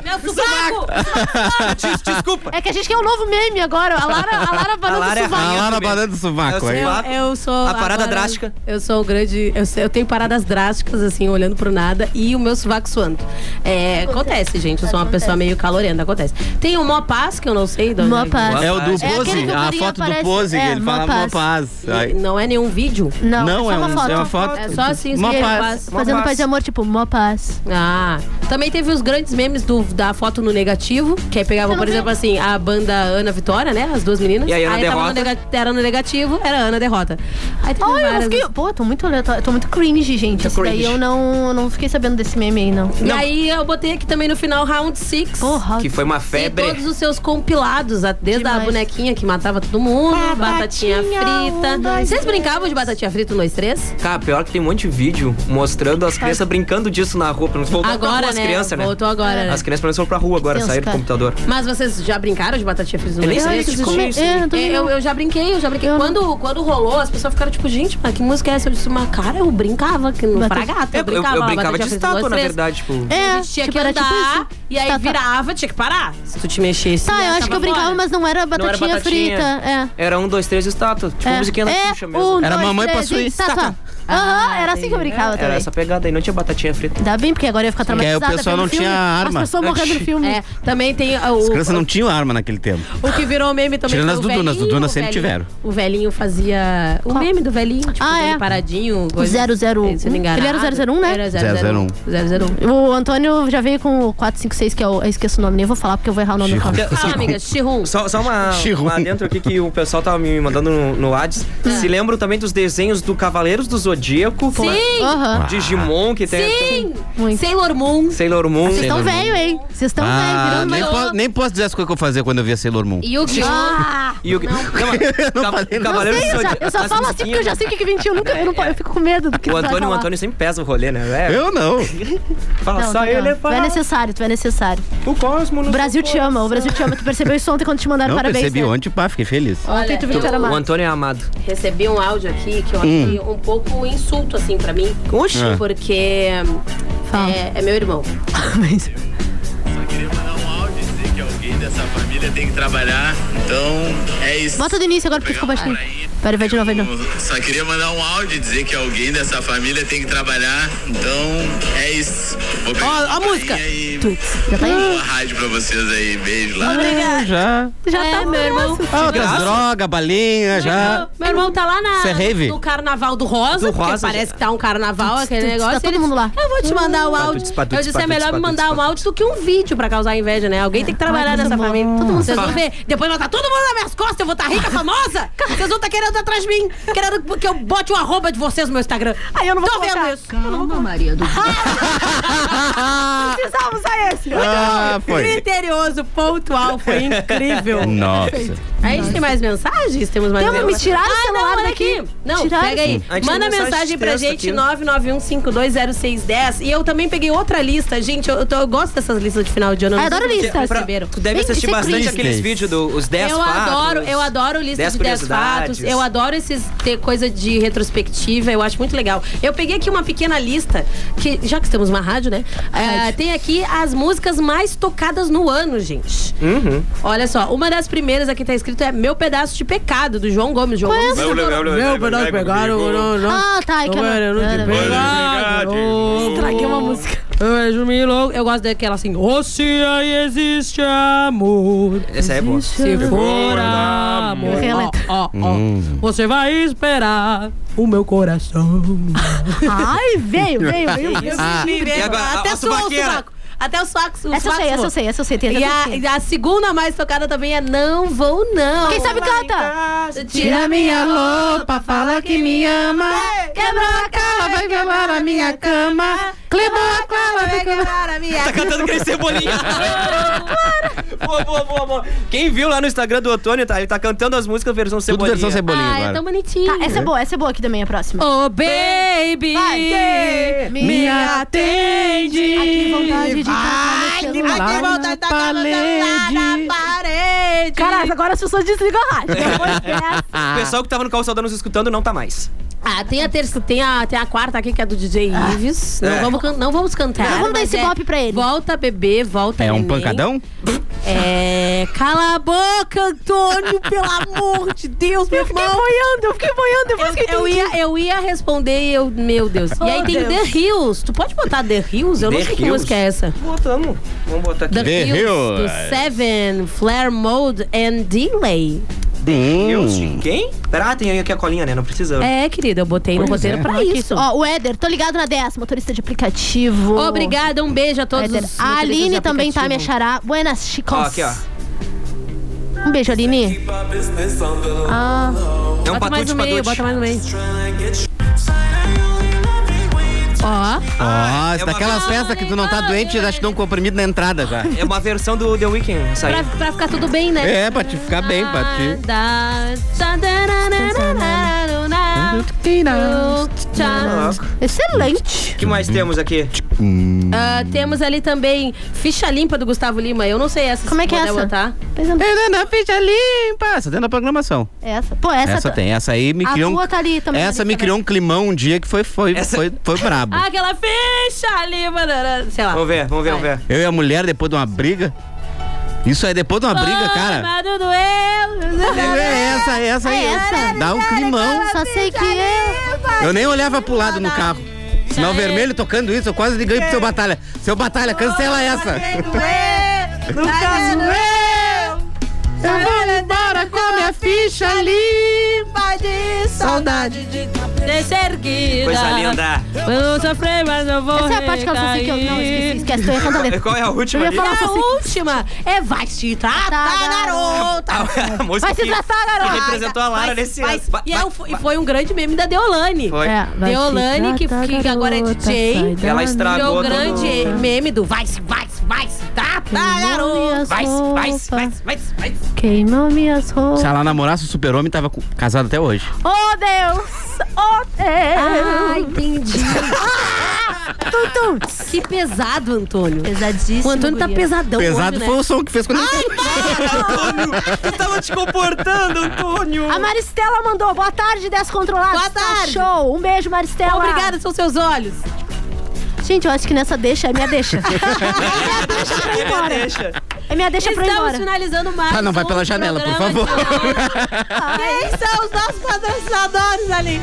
E: Meu sovaco!
G: Desculpa. É que a gente quer um novo meme agora. A Lara, a Lara banando
J: Lara é
G: sovaco.
J: a Lara banana do sovaco é. aí.
E: Eu, eu sou.
J: A parada
E: agora-
J: drástica.
E: Eu sou o grande. Eu, sei- eu tenho paradas drásticas, assim, olhando pro nada e o meu sovaco suando. É, acontece, gente. Eu sou uma pessoa meio calorenta, acontece. Tem o Mó Paz, que eu não sei de onde
G: Mó Paz.
J: É o do
E: É aquele
J: Pose,
E: que o
J: a
E: carinha
J: foto do
E: aparece-
J: Pose,
E: é,
J: que ele
E: mó
J: fala
E: paz.
J: uma paz. Aí.
E: Não é nenhum vídeo?
G: Não,
J: Não,
G: é, só
J: é um-
G: uma foto.
J: é uma foto.
E: É só assim,
J: Mó
E: escrever
J: paz.
E: paz.
G: Fazendo paz de amor, tipo, mó paz.
E: Ah, também teve os grandes memes do, da foto no negativo, que aí pegavam, por exemplo, assim, a banda Ana Vitória, né? As duas meninas.
G: E aí, Ana
E: tava no
G: Derrota.
E: nega- era no negativo, era Ana Derrota. Aí teve
G: Ai, eu não
E: várias- assim.
G: fiquei. Pô, eu tô muito aleatória. eu Tô muito cringe, gente. Isso daí
E: cringe.
G: eu não, eu não fiquei sabendo desse meme aí, não.
E: E aí eu botei aqui também no final Round Six.
H: Que foi uma febre.
E: Todos os seus compilados, a- desde a bonequinha que matava todo mundo, batatinha frita.
G: um,
E: Vocês brincavam de batatinha frita nós três?
H: Cara, pior que tem um monte de vídeo mostrando as crianças brincando disso na rua. pelo menos Voltou pra
E: Agora,
H: rua, as
E: né?
H: crianças, né?
E: Voltou agora, né?
H: As crianças pelo menos foram pra rua agora,
E: Deus,
H: saíram do
E: cara.
H: computador.
E: Mas vocês já brincaram de batatinha frita um, no
H: Eu nem
E: Brasil?
H: sabia que existia isso.
E: É,
H: É, eu
E: eu,
H: também
E: eu já brinquei, eu já brinquei. Quando, quando rolou, as pessoas ficaram tipo, gente, mas que música é essa? Eu disse, mas cara, eu brincava que não para gato.
H: Eu- eu-
E: Eu brincava,
H: eu
E: lá,
H: brincava
E: batatinha
H: de
E: frita, um,
H: estátua,
E: dois,
H: na
E: três.
H: verdade, tipo-
E: A
G: É,
E: gente tinha
G: tipo,
E: que
G: era
E: andar,
G: tipo isso.
E: e aí
G: Estátua.
E: virava, tinha que parar. Se tu te mexesse,
G: Tá, eu acho que eu brincava,
E: fora.
G: mas não era
H: Não
G: batatinha, frita. É.
H: Era um, dois, três estátua. Tipo,
G: é.
H: musiquinha da
G: é.
H: Xuxa mesmo.
G: Um, dois, três, e Aham, era assim que eu brincava
H: Era
E: Ah,
G: também.
H: essa pegada aí, não tinha batatinha frita.
G: Ainda bem, porque agora eu ia ficar
H: Sim. Que aí
G: traumatizada.
H: o
G: atropelada
J: pessoal
G: pelo
J: não
G: filme,
J: tinha arma.
G: As pessoas morrendo no filme.
E: É, também tem ah,
J: As
E: o,
J: crianças não tinham arma naquele tempo.
E: o que virou meme também.
J: Tirando
E: foi
J: as
E: o
J: Dudunas,
E: velhinho,
J: Dudunas
E: o
J: sempre
E: velhinho.
J: tiveram.
E: O velhinho fazia. O meme do velhinho, tipo,
G: Ah,
E: dele
G: é.
E: paradinho. É,
G: O 001.
E: Se não me engano.
G: Ele era o 001, né? um.
E: Era 001. 001.
G: O Antônio já veio com o 456, que eu, eu esqueço o nome, nem vou falar porque eu vou errar o nome do
H: Chico.
G: cara.
H: Fala, amiga,
E: Shihun.
H: Só, só uma, uma dentro aqui que o pessoal tava me mandando no, no Whats. Se lembram também dos desenhos do Cavaleiros do Zodíaco? com a-
G: Sim! Aham.
H: Digimon, que tem...
E: Sim! Sailor Moon.
H: Sailor Moon.
G: Vocês estão velho, hein? Vocês estão velho,
J: Ah,
G: virando
J: nem,
G: mais
J: po- nem posso dizer as coisas que eu fazia quando eu via Sailor Moon.
E: Yu-Gi-Oh!
G: Ah,
H: Yu-Gi- Não, mas- Ca-
G: Eu,
H: Cavaleiros
G: sei,
H: do
G: eu, já,
H: Zodíaco-
G: eu só
H: as
G: falo assim porque eu já sei o que que 21 nunca. Eu, não, po- eu fico com medo do que
H: O
G: tu vai
H: Antônio, o
G: falar.
H: Antônio sempre pesa o rolê, né? É.
J: Eu não.
H: Fala,
E: assim,
G: Não,
H: só
G: tu
H: ele
G: não. Tu
H: fala.
G: é necessário, tu é necessário.
H: O Cosmo
G: O Brasil te ama, o Brasil te ama. Tu percebeu isso ontem quando te mandaram
J: Não
G: parabéns?
J: percebi
G: né?
J: ontem, pá, fiquei feliz.
E: Ontem tu viu que era
H: O
E: amado.
H: Antônio é amado.
E: Recebi um áudio aqui que eu achei um pouco insulto, assim, pra mim.
H: Oxi. Ah.
E: Porque é, é meu irmão.
F: que alguém dessa família tem que trabalhar. Então, é isso.
G: Bota do início agora porque ficou baixinho. Pera, vai de novo, vai de novo.
F: Só queria mandar um áudio e dizer que alguém dessa família tem que trabalhar. Então, é isso. Vou pegar
E: Ó, a música.
G: Já tá aí?
F: uma rádio pra vocês aí. Beijo lá.
J: Ah, já.
G: Já tá
E: é, meu irmão.
J: Ah, outras drogas, balinha, já.
E: Meu irmão tá lá na,
J: Isso é rave?
E: no carnaval do Rosa,
J: Do
E: porque
J: Rosa,
E: parece que tá um carnaval,
G: Tuts,
E: aquele
G: tuts,
E: negócio.
G: tá todo
E: eles-
G: mundo lá.
E: Eu vou te mandar o
G: Hum.
E: áudio.
G: Patuts, patuts,
E: Eu disse, é
G: patuts,
E: melhor me
G: patuts,
E: mandar um áudio do que um vídeo pra causar inveja, né? Alguém tem que trabalhar
G: Ai, coisa
E: nessa
G: boa.
E: família.
G: Todo mundo
E: Vocês vão
G: fala.
E: ver. Depois vai estar todo mundo nas minhas costas, eu vou estar rica, famosa. Vocês vão estar querendo atrás de mim. Querendo que eu bote o arroba de vocês no meu Instagram. Aí eu não vou Tô vendo isso. eu não vou Maria do Precisava usar esse. Muito
J: Ah,
E: bom.
J: foi.
E: Criterioso, pontual, foi incrível.
J: Nossa.
E: A gente tem mais mensagens? Temos mais
G: Então, me
E: mensagens?
G: tiraram o
E: ah,
G: celular
E: não, olha
G: daqui.
E: aqui. assim. Não,
G: Tiraram.
E: pega aí.
G: A gente
E: Manda
G: tem mensagem
E: mensagem pra
G: de texto
E: gente,
G: aqui.
E: 991520610. E eu também peguei outra lista. Gente, eu, eu tô- eu gosto dessas listas de final de ano.
G: Eu adoro
E: lista.
G: listas.
H: Tu deve
G: Tem que
H: assistir
G: ser
H: bastante
G: crítico.
H: aqueles vídeos dos os 10
E: eu
H: fatos.
E: adoro, eu adoro lista
H: 10
E: de 10
H: curiosidades.
E: fatos. Eu adoro esses ter coisa de retrospectiva, eu acho muito legal. Eu peguei aqui uma pequena lista, que já que estamos numa rádio, né? Ah, tem aqui as músicas mais tocadas no ano, gente.
F: Uhum.
E: Olha só, uma das primeiras aqui tá escrito é Meu Pedaço de Pecado, do João Gomes. João
F: Meu
E: Gomes.
F: pedaço de pecado,
E: não, não.
G: Ah, tá.
E: Não era, não te pegado.
G: Estraguei uma música.
E: Eu vejo me louco. Eu gosto daquela assim. Ô, se aí existe amor.
H: Essa é boa.
E: Se for amor.
G: Eu releto.
E: Ó, ó, ó. Você vai esperar o meu coração.
G: Ai, veio, veio, veio.
E: Eu me livrei.
H: E agora,
E: Até
H: a
E: soou o
H: subaqueira.
E: sovaco. Até o saco. o
G: Essa eu
E: sovaco
G: sei, essa eu
E: soou.
G: sei, essa eu sei. Tem
E: E a,
G: até
E: e a segunda mais tocada também é Não Vou Não.
G: Quem sabe canta?
E: Tira minha roupa, fala que me ama. Quebrou a cara, vai quebrar a minha cama. Clebou a cara, vai quebrar a minha
H: Tá cantando aquele cebolinha. boa, boa, boa, boa. Quem viu lá no Instagram do Otônio, tá, ele tá cantando as músicas versão cebolinha.
J: versão cebolinha
E: Ah, é
J: agora.
E: tão bonitinho.
G: Tá, essa é boa, essa é boa aqui também, a próxima.
E: Oh, baby,
G: Vai.
E: me atende.
G: Ai, que vontade de
E: Ai,
G: tacar
E: que
G: meu
E: vontade
G: celular
E: de tacar meu celular na parede.
G: Caralho, agora as pessoas desligam a rádio. Depois dessa.
H: O pessoal que tava no calçadão nos escutando não tá mais.
E: Ah, tem a, terça, tem, a, tem a quarta aqui que é do DJ Ives. Não,
H: É.
E: vamos, can- não vamos cantar.
G: Ah, Não vamos dar
E: mas
G: esse
E: é
G: golpe pra ele.
E: Volta, bebê, volta.
J: É um
E: neném.
J: pancadão?
E: É. Cala a boca, Antônio, pelo amor de Deus, meu irmão.
G: boiando, eu fiquei boiando depois que
E: Eu
G: entendi.
E: ia, eu ia responder e eu. Meu Deus. E aí
G: Oh,
E: tem
G: Deus.
E: The Hills. Tu pode botar The Hills? Eu não
H: The
E: sei que
H: Hills?
E: música é essa.
H: Botamos. Vamos botar aqui.
E: The, Hills, do Seven, Flare Mode and Delay.
H: Deus,
J: Hum.
H: de quem? Pera, ah, tem aí aqui a colinha, né? Não precisa.
E: É, querida, eu botei no
H: Pois
E: roteiro
H: é.
E: pra
G: Aqui,
E: isso.
G: Ó, o Éder, tô ligado na 10, motorista de aplicativo.
E: Obrigada, um beijo a todos.
G: Éder.
E: os motoristas
G: A
E: de
G: Aline
E: aplicativo.
G: também tá, me achará. Buenas, chicos.
H: Ó, aqui, ó.
G: Um beijo, Aline. Ah.
H: É um
E: Bota mais
H: patute
E: no meio,
H: patute.
E: bota mais no meio. Ó.
J: Nossa,
H: é uma
J: daquelas festas que tu não tá doente, acho que dá um comprimido na entrada já.
H: É uma versão do The Weeknd, essa aí.
E: Pra, pra ficar tudo bem, né?
J: É, pra te ficar bem, pra te.
E: Da- da- da- da- da- da- da- da- da-
H: Louco.
G: Excelente.
H: O que mais temos aqui?
E: Ah, temos ali também Ficha Limpa do Gustavo Lima. Eu não sei essa.
G: Como é que é essa?
E: Botar.
J: É, na ficha limpa. Essa dentro da programação.
G: Essa. Pô, essa, tá-
J: Essa, tem. Essa aí me
G: a
J: criou. um
G: tua tá ali também,
J: essa
G: ali
J: me
G: também.
J: criou um climão um dia que foi, foi,
H: Essa-
J: foi, foi brabo.
E: Ah, Aquela Ficha Limpa. da- da- Sei lá.
H: Vamos ver, vamos ver, vamos ver.
J: Eu e a mulher depois de uma briga. Isso aí, depois de uma briga, cara.
E: Amado do eu.
J: É essa, é essa aí.
G: É essa.
J: Dá um climão.
G: Só sei que eu.
J: Eu nem olhava pro lado no carro. Sinal vermelho tocando isso, eu quase liguei pro seu batalha. Seu batalha, cancela essa.
E: é?
D: Lucas Meu! Eu vou embora com a minha ficha limpa de saudade de
E: descer guida.
H: Coisa linda.
E: Eu não sofri, mas eu assim, vou
G: Essa é a parte que eu não sei que eu- não, esqueci, esquece, tô errando a letra.
H: Qual é a última
E: Eu ia
H: ali?
E: falar a última é vai se tratar, garota.
H: A moça
E: vai se
H: que-
E: tratar,
H: que
E: garota.
H: representou a Lara
E: Vai-
H: nesse
E: vai-
H: ano.
E: E, eu fu- e foi um grande meme da Deolane.
H: Foi. É, vai se
E: Deolane, que,
H: tratar,
E: que agora é DJ.
H: sai da Ela estragou
E: Virou
H: todo-
E: é um grande meme do vai se, vai se, vai se tratar, garota. Tá, Vai se, vai se, vai se, vai se, vai se.
G: Queimou minhas roupas.
J: Se ela namorasse o super-homem, tava cu- casado até hoje.
G: Oh, Deus! Oh, Deus!
E: Ah, entendi. Que pesado, Antônio.
G: Pesadíssimo.
E: O Antônio tá
G: guria.
E: pesadão.
J: Pesado
E: hoje,
J: foi
E: né?
J: o som que fez quando ele...
H: Eu tava te comportando, Antônio.
G: A Maristela mandou. Boa tarde, Descontrolados.
E: Boa
G: Tá
E: tarde.
G: show. Um beijo, Maristela.
E: Obrigada, são seus olhos.
G: Gente, eu acho que nessa deixa é minha deixa. é minha deixa pra ir embora. É minha deixa pra ir
E: Estamos
G: embora.
E: finalizando mais.
J: Ah, não, vai pela
E: um
J: janela, por
E: programa
J: favor.
G: É
E: Quem são os nossos patrocinadores ali?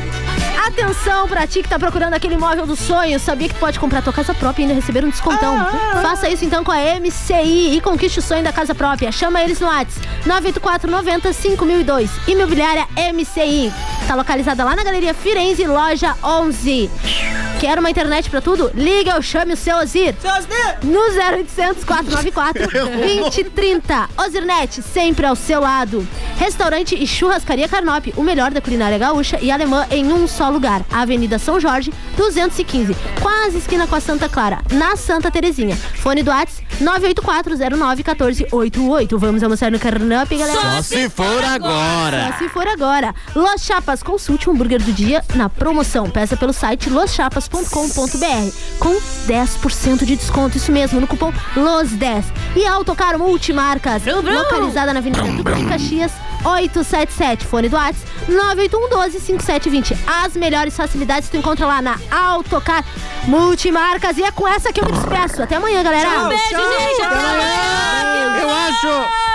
G: Atenção pra ti que tá procurando aquele imóvel dos sonhos. Sabia que tu pode comprar tua casa própria e ainda receber um descontão? Faça isso então com a MCI e conquiste o sonho da casa própria. Chama eles no WhatsApp 984905002. Imobiliária MCI. Tá localizada lá na Galeria Firenze, loja 11. Quer uma internet pra tudo? Liga ou chame o seu Ozir. No 0800 494 2030. Ozirnet, sempre ao seu lado. Restaurante e churrascaria Carnop, o melhor da culinária gaúcha e alemã em um só lugar. Avenida São Jorge, 215, quase esquina com a Santa Clara, na Santa Terezinha. Fone do Whats 984091488. Vamos almoçar no Carnop, galera.
J: Só se for agora.
G: Só se for agora. Los Chapas, consulte um hambúrguer do dia na promoção. Peça pelo site loschapas.com.br com 10% de desconto. Isso mesmo, no cupom LOS10. E Autocar Multimarcas, localizada na Avenida Duque de Caxias, 877. Fone do Whats 981125720. As melhores facilidades tu encontra lá na Autocar Multimarcas. E é com essa que eu me despeço. Até amanhã, galera.
E: Um beijo, gente. Até amanhã.
J: Eu acho